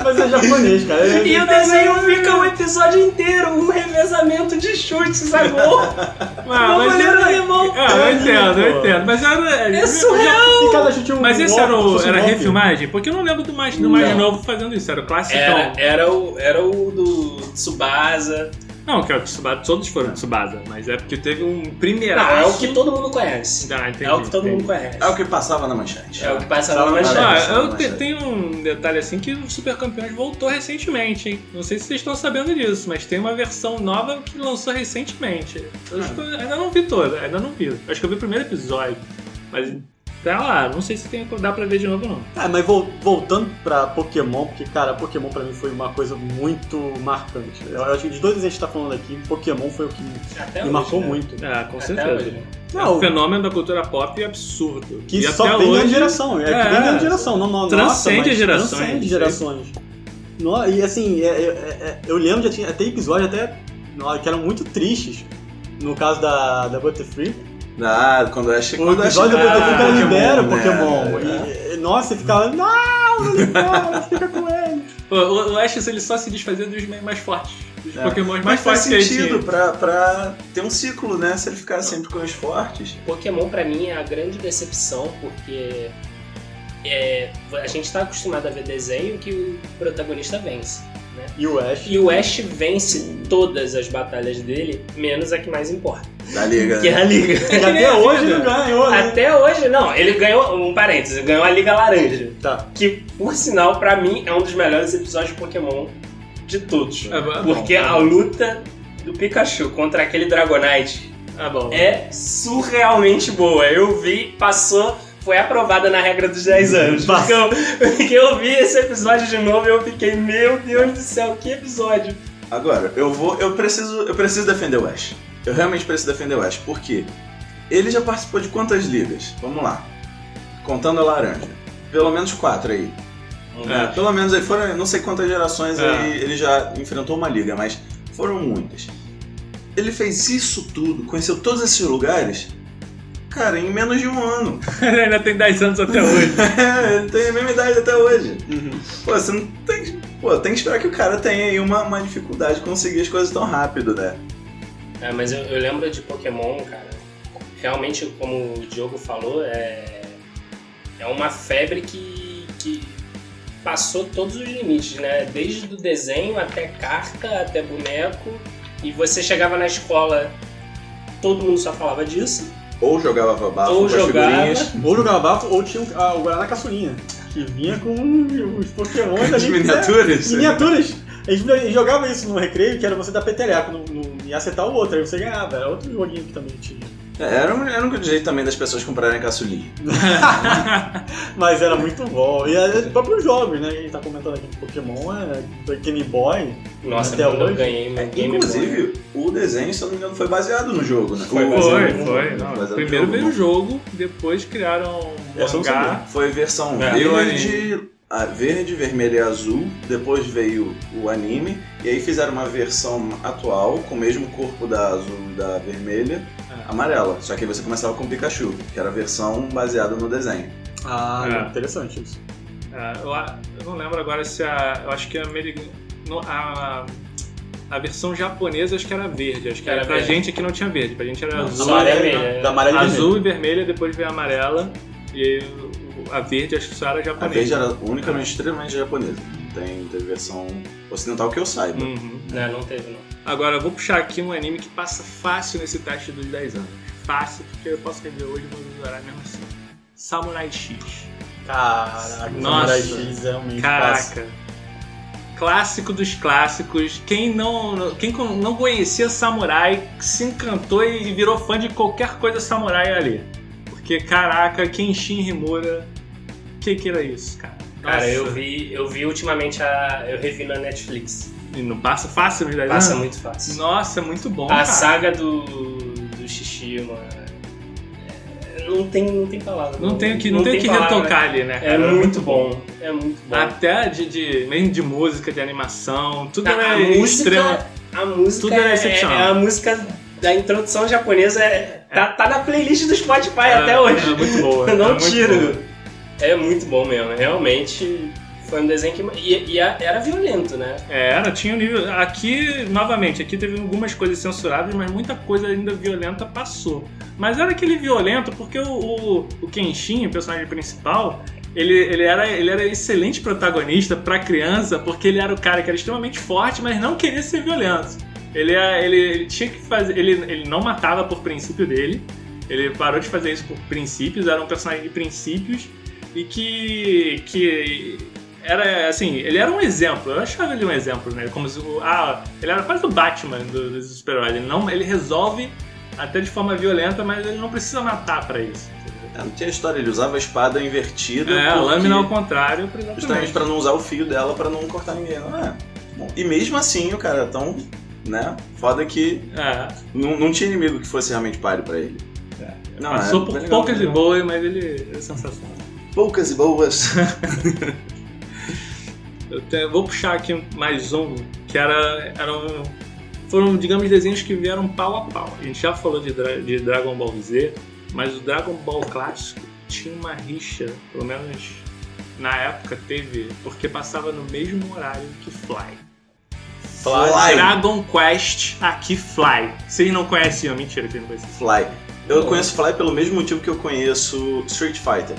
Mas é japonês, cara.
E o desenho fica o episódio inteiro, um revezamento de chutes a gol.
Ah,
Não,
mas
goleiro
era-
alemão.
Ah, eu entendo, eu
Pô.
entendo. Mas era.
É surreal.
E cada chute é um
Mas esse
golpe,
era,
como
o,
se fosse
era
um golpe.
refilmagem? Porque eu não lembro do mais, do mais
Não.
novo fazendo isso. Era o clássico.
Era, era, o, era o do Tsubasa.
Não, que é o Tsubasa. Todos foram Tsubasa. Mas é porque teve um primeiro.
Não, é o que todo mundo conhece.
Ah, entendi,
É o que todo
entendi.
mundo conhece.
É o que passava na manchete.
É o que passa
Sabe,
na
cara?
manchete.
Ah, eu
Mas
te-
é.
tenho um detalhe assim que o Super Campeões voltou recentemente, hein? Não sei se vocês estão sabendo disso, mas tem uma versão nova que lançou recentemente. Eu
Ah.
acho que eu ainda não vi toda, ainda não vi. Acho que eu vi o primeiro episódio. Mas tá lá, não sei se tem, dá pra ver de novo não.
Ah, mas vol- voltando pra Pokémon, porque, cara, Pokémon pra mim foi uma coisa muito marcante. Eu acho que de todos que a gente tá falando aqui, Pokémon foi o que me
Até hoje,
marcou
né?
muito.
Ah, com
Até
certeza.
hoje.
o
Não,
fenômeno da cultura pop é absurdo.
que
e
só
até
tem na
hoje,
geração. É, que
É,
vem dentro de geração. Não, não,
transcende
nossa, mas
gerações,
Transcende
isso
gerações. No- e assim, é- é- é- eu lembro de tinha até episódios até, no- que eram muito tristes. No caso da, da Butterfree.
Ah, quando eu achei
O
quando eu achei-
episódio da Butterfree que ela
Ah,
libera o
né?
Pokémon. E, e- nossa, e ficava, não, não libera, fica com ele.
Pô, o o Ash ele só se desfazia dos meio mais fortes, dos
É.
Pokémons mais
Mas faz
fortes que ele tinha.
sentido pra, pra ter um ciclo, né? Se ele ficar sempre com os fortes.
Pokémon pra mim é a grande decepção, porque é, a gente tá acostumado a ver desenho que o protagonista vence.
E o Ash.
E o Ash vence todas as batalhas dele, menos a que mais importa,
Da liga.
que é a Liga.
Que até hoje não ganhou, né?
Até hoje, não, ele ganhou, um parênteses, ele ganhou a Liga Laranja.
Tá.
Que, por sinal, pra mim é um dos melhores episódios de Pokémon de todos.
É, bom,
Porque
tá
a luta do Pikachu contra aquele Dragonite
Ah, bom.
é surrealmente boa. Eu vi, passou, foi aprovada na regra dos 10 anos. Porque eu, porque eu vi esse episódio de novo e eu fiquei, meu Deus do céu, que episódio!
Agora, eu vou. Eu preciso. Eu preciso defender o Ash. Eu realmente preciso defender o Ash. Por quê? Ele já participou de quantas ligas? Vamos lá. Contando a laranja. Pelo menos quatro aí. É, pelo menos aí foram não sei quantas gerações
É.
aí ele já enfrentou uma liga, mas foram muitas. Ele fez isso tudo, conheceu todos esses lugares, cara, em menos de um ano.
É. Ainda tem 10 anos até hoje.
É, ele tem a mesma idade até hoje.
Uhum.
Pô, você não tem. Pô, tem que esperar que o cara tenha aí uma, uma dificuldade de conseguir as coisas tão rápido, né?
É, mas eu, eu lembro de Pokémon, cara. Realmente, como o Diogo falou, é, é uma febre que, que passou todos os limites, né? Desde o desenho até carta, até boneco. E você chegava na escola, todo mundo só falava disso.
Ou jogava babafo
Ou
com as
jogava.
figurinhas.
Ou jogava bafo, ou tinha o- ah, o Guaraná Caçulinha, que vinha com os Pokémon né? da
As
né?
gente.
miniaturas?
Miniaturas! A gente jogava isso no recreio, que era você dar peteleco no, no- e acertar o outro, aí você ganhava. Era outro joguinho que também tinha.
É, Era um, era um jeito também das pessoas comprarem caçulinha.
Mas era muito bom. E é, os próprios jogos, né? que A gente tá comentando aqui Pokémon é do Game Boy.
Nossa,
Até
quando eu
hoje?
ganhei meu É, Game Boy.
Inclusive, o desenho, se eu não me engano, foi baseado no jogo, né?
Foi,
baseado-
foi. Não,
baseado no
primeiro
jogo,
veio o
né?
jogo, depois criaram um
Essa eu não sabia.
mangá.
Ah, Foi versão
É. E o
verde, a verde, vermelha e azul. Depois veio o anime. E aí fizeram uma versão atual, com o mesmo corpo da azul e da vermelha,
É.
amarela. Só que aí você começava com o Pikachu, que era a versão baseada no desenho.
Ah,
É.
interessante isso.
Ah, eu, a- eu não lembro agora se a. Eu acho que a americana. A, a versão japonesa acho que era verde. Acho que era,
Era
pra
verde.
gente aqui não tinha verde, pra gente era
Não,
azul. é
da amarela-
amarela e vermelha.
Da amarela e vermelha.
Azul e vermelha, depois veio a amarela. E aí o- a verde acho que só era
A
japonesa.
verde era unicamente extremamente japonesa. Não tem, não teve versão ocidental que eu saiba.
Uhum.
Não, não teve, não.
Agora, eu vou puxar aqui um anime que passa fácil nesse teste dos 10 anos. Fácil, porque eu posso rever hoje e vou melhorar mesmo assim. Samurai X.
Caraca,
Nossa.
Samurai X é um
Caraca. Clássico dos clássicos. Quem não, quem con- não conhecia Samurai se encantou e virou fã de qualquer coisa Samurai ali. Porque, caraca, Kenshin Himura. Que que era isso, cara?
Cara,
Nossa.
eu vi, eu vi ultimamente a. Eu revi na Netflix.
E não passa fácil nos 10
Passa
anos?
muito fácil.
Nossa, é muito bom.
A
cara.
saga do, do Shishima. é, Não tem, não tem palavra.
Não tem o que, não tem o que
palavra.
retocar ali, né?
É
cara?
muito bom. É muito bom.
Até de, de- mesmo de música, de animação, tudo
A- Tá, a
é extrema.
música, a música
Tudo é
é,
excepcional.
é a música da introdução japonesa. é- tá, tá na playlist do Spotify
É,
até hoje.
é muito boa,
Eu
é
não
muito
tiro.
boa.
É muito bom mesmo. Realmente foi um desenho que. E, e a- era violento, né?
É, era, tinha um nível. Aqui, novamente, aqui teve algumas coisas censuráveis, mas muita coisa ainda violenta passou. Mas era aquele violento porque o, o, o Kenshin, o personagem principal, ele, ele, era, ele era excelente protagonista pra criança, porque ele era o cara que era extremamente forte, mas não queria ser violento. Ele, é- ele, ele tinha que fazer. Ele, ele não matava por princípio dele. Ele parou de fazer isso por princípios, era um personagem de princípios e que. que era assim, ele era um exemplo, eu achava ele um exemplo, né? Como se o. Ah, ele era quase o Batman do- dos super-heróis. Ele, não- ele resolve até de forma violenta, mas ele não precisa matar pra isso.
É, Não tinha história, ele usava a espada invertida.
É, a
porque-
lâmina ao contrário, por
Justamente
exemplo.
pra não usar o fio dela pra não cortar ninguém, não é? Bom, e mesmo assim, o cara é tão, né? Foda que
É,
não, não tinha inimigo que fosse realmente páreo pra ele. Não,
passou
é
por
legal,
Ah, poucas e
legal.
boas, mas ele é sensacional.
Poucas e boas.
Eu te- vou puxar aqui mais um, que era, era um- foram, digamos, desenhos que vieram pau a pau. A gente já falou de, Dra- de Dragon Ball Z, mas o Dragon Ball clássico tinha uma rixa, pelo menos na época teve, porque passava no mesmo horário que Fly.
Fly.
Dragon Quest aqui Fly. Vocês não conheciam, mentira, que não conheciam.
Fly. Eu conheço Fly pelo mesmo motivo que eu conheço Street Fighter.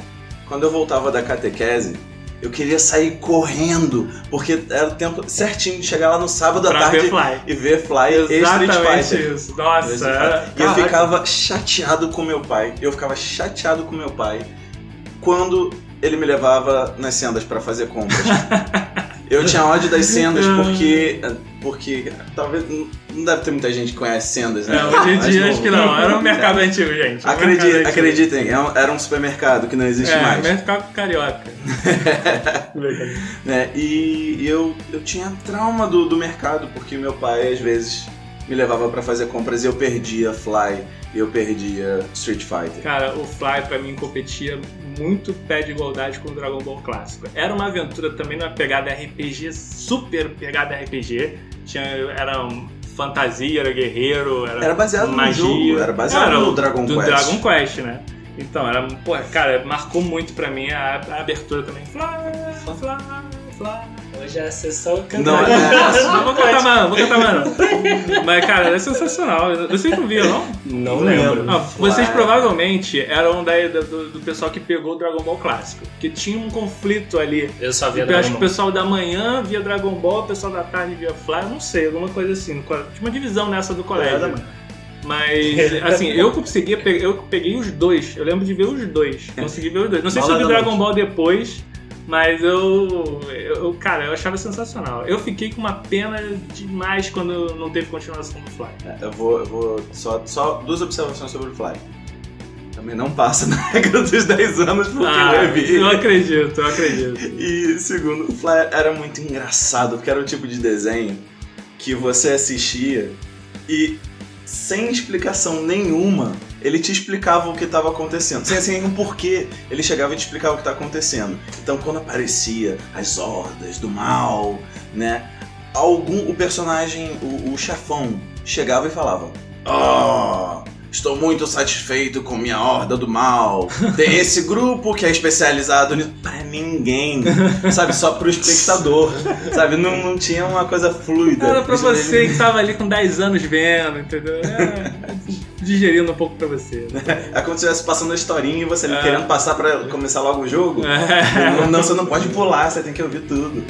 Quando eu voltava da catequese, eu queria sair correndo, porque era o tempo certinho de chegar lá no sábado à
Pra
tarde
ver Fly.
e ver Fly e Street
Exatamente
Fighter.
isso. Nossa.
E eu
caraca.
ficava chateado com meu pai. Eu ficava chateado com meu pai quando ele me levava nas sendas pra fazer compras. eu tinha ódio das sendas porque. Porque talvez. Não deve ter muita gente que conhece sendas, né?
É, hoje em
Mas
dia acho que não. Era um
É.
mercado antigo, gente. Era um
Acredi-
mercado antigo.
acreditem, é um- era um supermercado que não existe
É,
mais.
mercado carioca.
né? E, e eu, eu tinha trauma do, do mercado, porque meu pai às vezes me levava pra fazer compras e eu perdia Fly e eu perdia Street Fighter.
Cara, o Fly pra mim competia muito pé de igualdade com o Dragon Ball clássico. Era uma aventura também numa pegada RPG, super pegada RPG. Tinha, era um- fantasia, era guerreiro, era,
Era baseado
um
no
magia.
jogo, era baseado
Era
no
o-
Dragon
do
Quest.
Dragon Quest, né? Então, era, pô, cara, marcou muito pra mim a, a abertura também. Fly, Fly, Fly.
Hoje a sessão
Não,
cantada.
é,
Não, vou cantar, mano, vou cantar, mano. Mas, cara, era sensacional. Vocês não viram,
Não
não?
lembro.
Ah, vocês
Claro.
provavelmente eram da, do, do pessoal que pegou o Dragon Ball clássico, que tinha um conflito ali. Tipo,
Eu só via
Eu acho que
Dragon
o
Ball.
pessoal da manhã via Dragon Ball, o pessoal da tarde via Fly, eu não sei, alguma coisa assim. no cole- Tinha uma divisão nessa do
da
colégio.
manhã.
Mas, assim, eu conseguia, pe- eu peguei os dois, eu lembro de ver os dois, consegui ver os dois. Não sei se eu
Bola
vi
da
Dragon Ball depois, mas eu, eu, cara, eu achava sensacional. Eu fiquei com uma pena demais quando não teve continuação do Fly.
eu vou, eu vou só, só duas observações sobre o Fly. Também não passa na regra dos 10 anos porque eu revi.
Ah, eu acredito, eu acredito.
E segundo, o Fly era muito engraçado, porque era o tipo de desenho que você assistia e sem explicação nenhuma, ele te explicava o que estava acontecendo. Sem assim, um porquê, ele chegava e te explicava o que está acontecendo. Então, quando aparecia as hordas do mal, né? Algum o personagem, o, o chefão, chegava e falava: "Oh, Estou muito satisfeito com minha horda do mal. Tem esse grupo que é especializado nisso. Pra ninguém. Sabe? Só pro espectador. Sabe? Não, não tinha uma coisa fluida.
Era pra
Isso dele-
você que tava ali com 10 anos vendo, entendeu? É, digerindo um pouco pra você. né?
É como se estivesse passando a historinha e você ali
É.
querendo passar pra começar logo o jogo.
É.
Não, não, você não pode pular, você tem que ouvir tudo.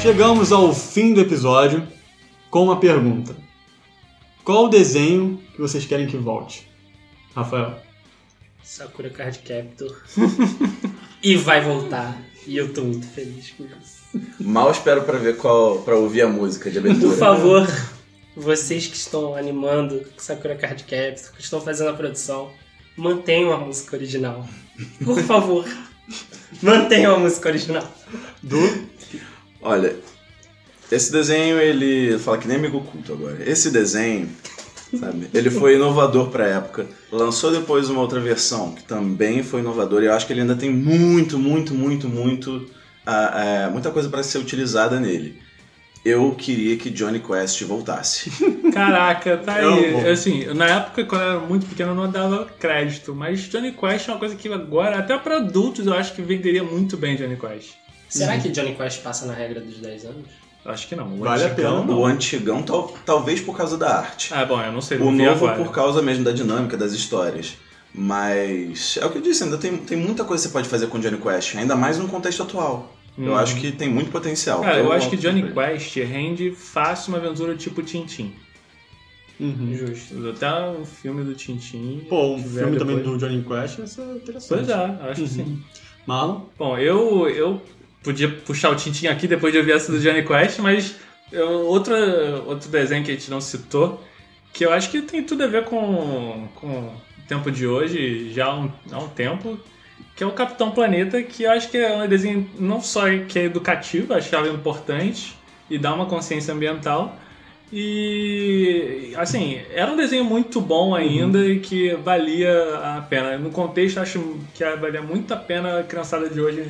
Chegamos ao fim do episódio com uma pergunta. Qual o desenho que vocês querem que volte? Rafael.
Sakura Card Captor. e vai voltar. E eu tô muito feliz com isso.
Mal espero pra ver qual. pra ouvir a música de abertura.
Por favor, vocês que estão animando Sakura Card Captor, que estão fazendo a produção, mantenham a música original. Por favor, mantenham a música original.
Olha, esse desenho, ele. Fala que nem amigo culto agora. Esse desenho, sabe? Ele foi inovador pra época. Lançou depois uma outra versão que também foi inovadora. E eu acho que ele ainda tem muito, muito, muito, muito. ah, eh, muita coisa pra ser utilizada nele. Eu queria que Johnny Quest voltasse.
Caraca, tá
Eu
aí.
vou.
Assim, na época, quando eu era muito pequeno, eu não dava crédito. Mas Johnny Quest é uma coisa que agora, até pra adultos, eu acho que venderia muito bem Johnny Quest.
Será que Johnny Quest passa na regra dos 10 anos?
Eu Acho que não. O
Vale a
antigão,
pena,
não.
O antigão, tal- talvez por causa da arte.
Ah, bom, eu não sei.
o
não vi
novo
agora.
por causa mesmo da dinâmica das histórias. Mas é o que eu disse, ainda tem, tem muita coisa que você pode fazer com Johnny Quest, ainda mais no contexto atual. Eu
Hum.
acho que tem muito potencial. Então,
Cara, eu acho que
gosto
Johnny
dele.
Quest rende fácil uma aventura tipo Tintin.
Justo.
Até um filme do Tintin.
Uhum. Pô, um
tiver
filme também
depois.
do Johnny Quest, isso é interessante.
Pois é, acho que
Uhum.
sim.
Marlon?
Bom, eu, eu podia puxar o Tintin aqui depois de ouvir essa do Johnny Quest, mas eu, outro, outro desenho que a gente não citou, que eu acho que tem tudo a ver com, com o tempo de hoje, já há um, há um tempo, que é o Capitão Planeta, que eu acho que é um desenho não só que é educativo, eu achava importante, e dá uma consciência ambiental, e, assim, era um desenho muito
Uhum.
bom ainda e que valia a pena. No contexto, acho que valia muito a pena a criançada de hoje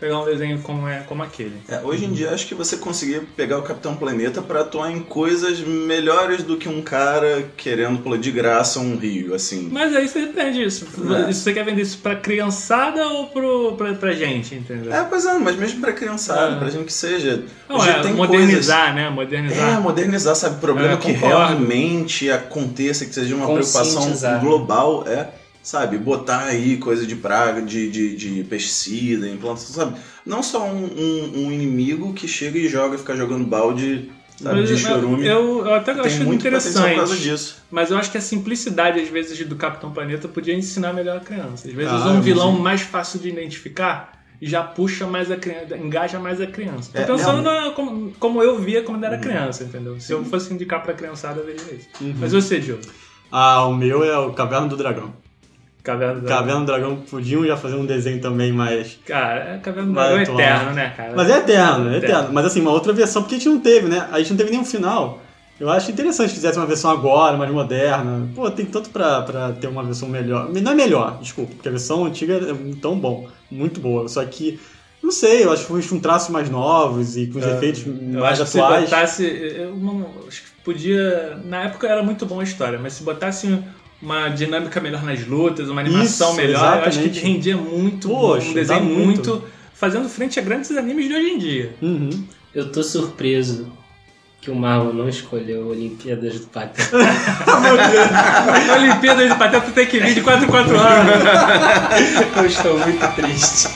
pegar um desenho como, é, como aquele.
É, hoje em dia acho que você conseguia pegar o Capitão Planeta pra atuar em coisas melhores do que um cara querendo pular de graça um rio, assim.
Mas aí você depende disso.
É.
Isso você quer vender isso pra criançada ou pro, pra, pra gente, entendeu?
É, pois é, mas mesmo pra criançada,
É.
pra gente que seja.
Não,
hoje
é modernizar, né? Modernizar.
Coisas... É, modernizar, sabe? Problema
É,
que
concordo.
realmente aconteça, que seja uma preocupação
Conscientizar.
global, é. Sabe, botar aí coisa de praga, de, de, de pesticida, implantação, sabe? Não só um, um- um inimigo que chega e joga, fica jogando balde, sabe,
Mas
de
eu-
chorume.
Eu, eu até
tem
acho
muito potencial por causa
interessante.
disso.
Mas eu acho que a simplicidade, às vezes, do Capitão Planeta podia ensinar melhor a criança. Às vezes,
Ah,
um
eu
vilão mais fácil de identificar já puxa mais a criança, engaja mais a criança. Tô
É,
pensando na- como, como eu via quando
Uhum.
era criança, entendeu? Se eu fosse indicar pra criançada, eu veria isso. Mas você, Diogo?
Ah, o meu é o Caverna do Dragão.
Caverna do Dragão.
Caverna do Dragão podiam já fazer um desenho também mais.
Cara, é Caverna do
Vai
Dragão é
atuar.
eterno, né, cara?
Mas é eterno, é
Eterno.
eterno. Mas assim, uma outra versão, porque a gente não teve, né? A gente não teve nenhum final. Eu acho interessante se fizesse uma versão agora, mais moderna. Pô, tem tanto pra, pra ter uma versão melhor. Não é melhor, desculpa, porque a versão antiga é tão bom, muito boa. Só que, não sei, eu acho que com traços mais novos e com os
É,
efeitos
Eu
mais
acho que se
atuais.
botasse. Eu não, acho que podia. Na época era muito bom a história, mas se botasse um, uma dinâmica melhor nas lutas, uma animação
Isso,
melhor, eu acho
exatamente.
que rendia muito.
Poxa,
um desenho
dá muito.
muito. Fazendo frente a grandes animes de hoje em dia.
Uhum.
Eu tô surpreso que o Marlon não escolheu Olimpíadas do Pateta.
A Olimpíada de Pateta tem que vir de 4 em 4 anos.
Eu estou muito triste.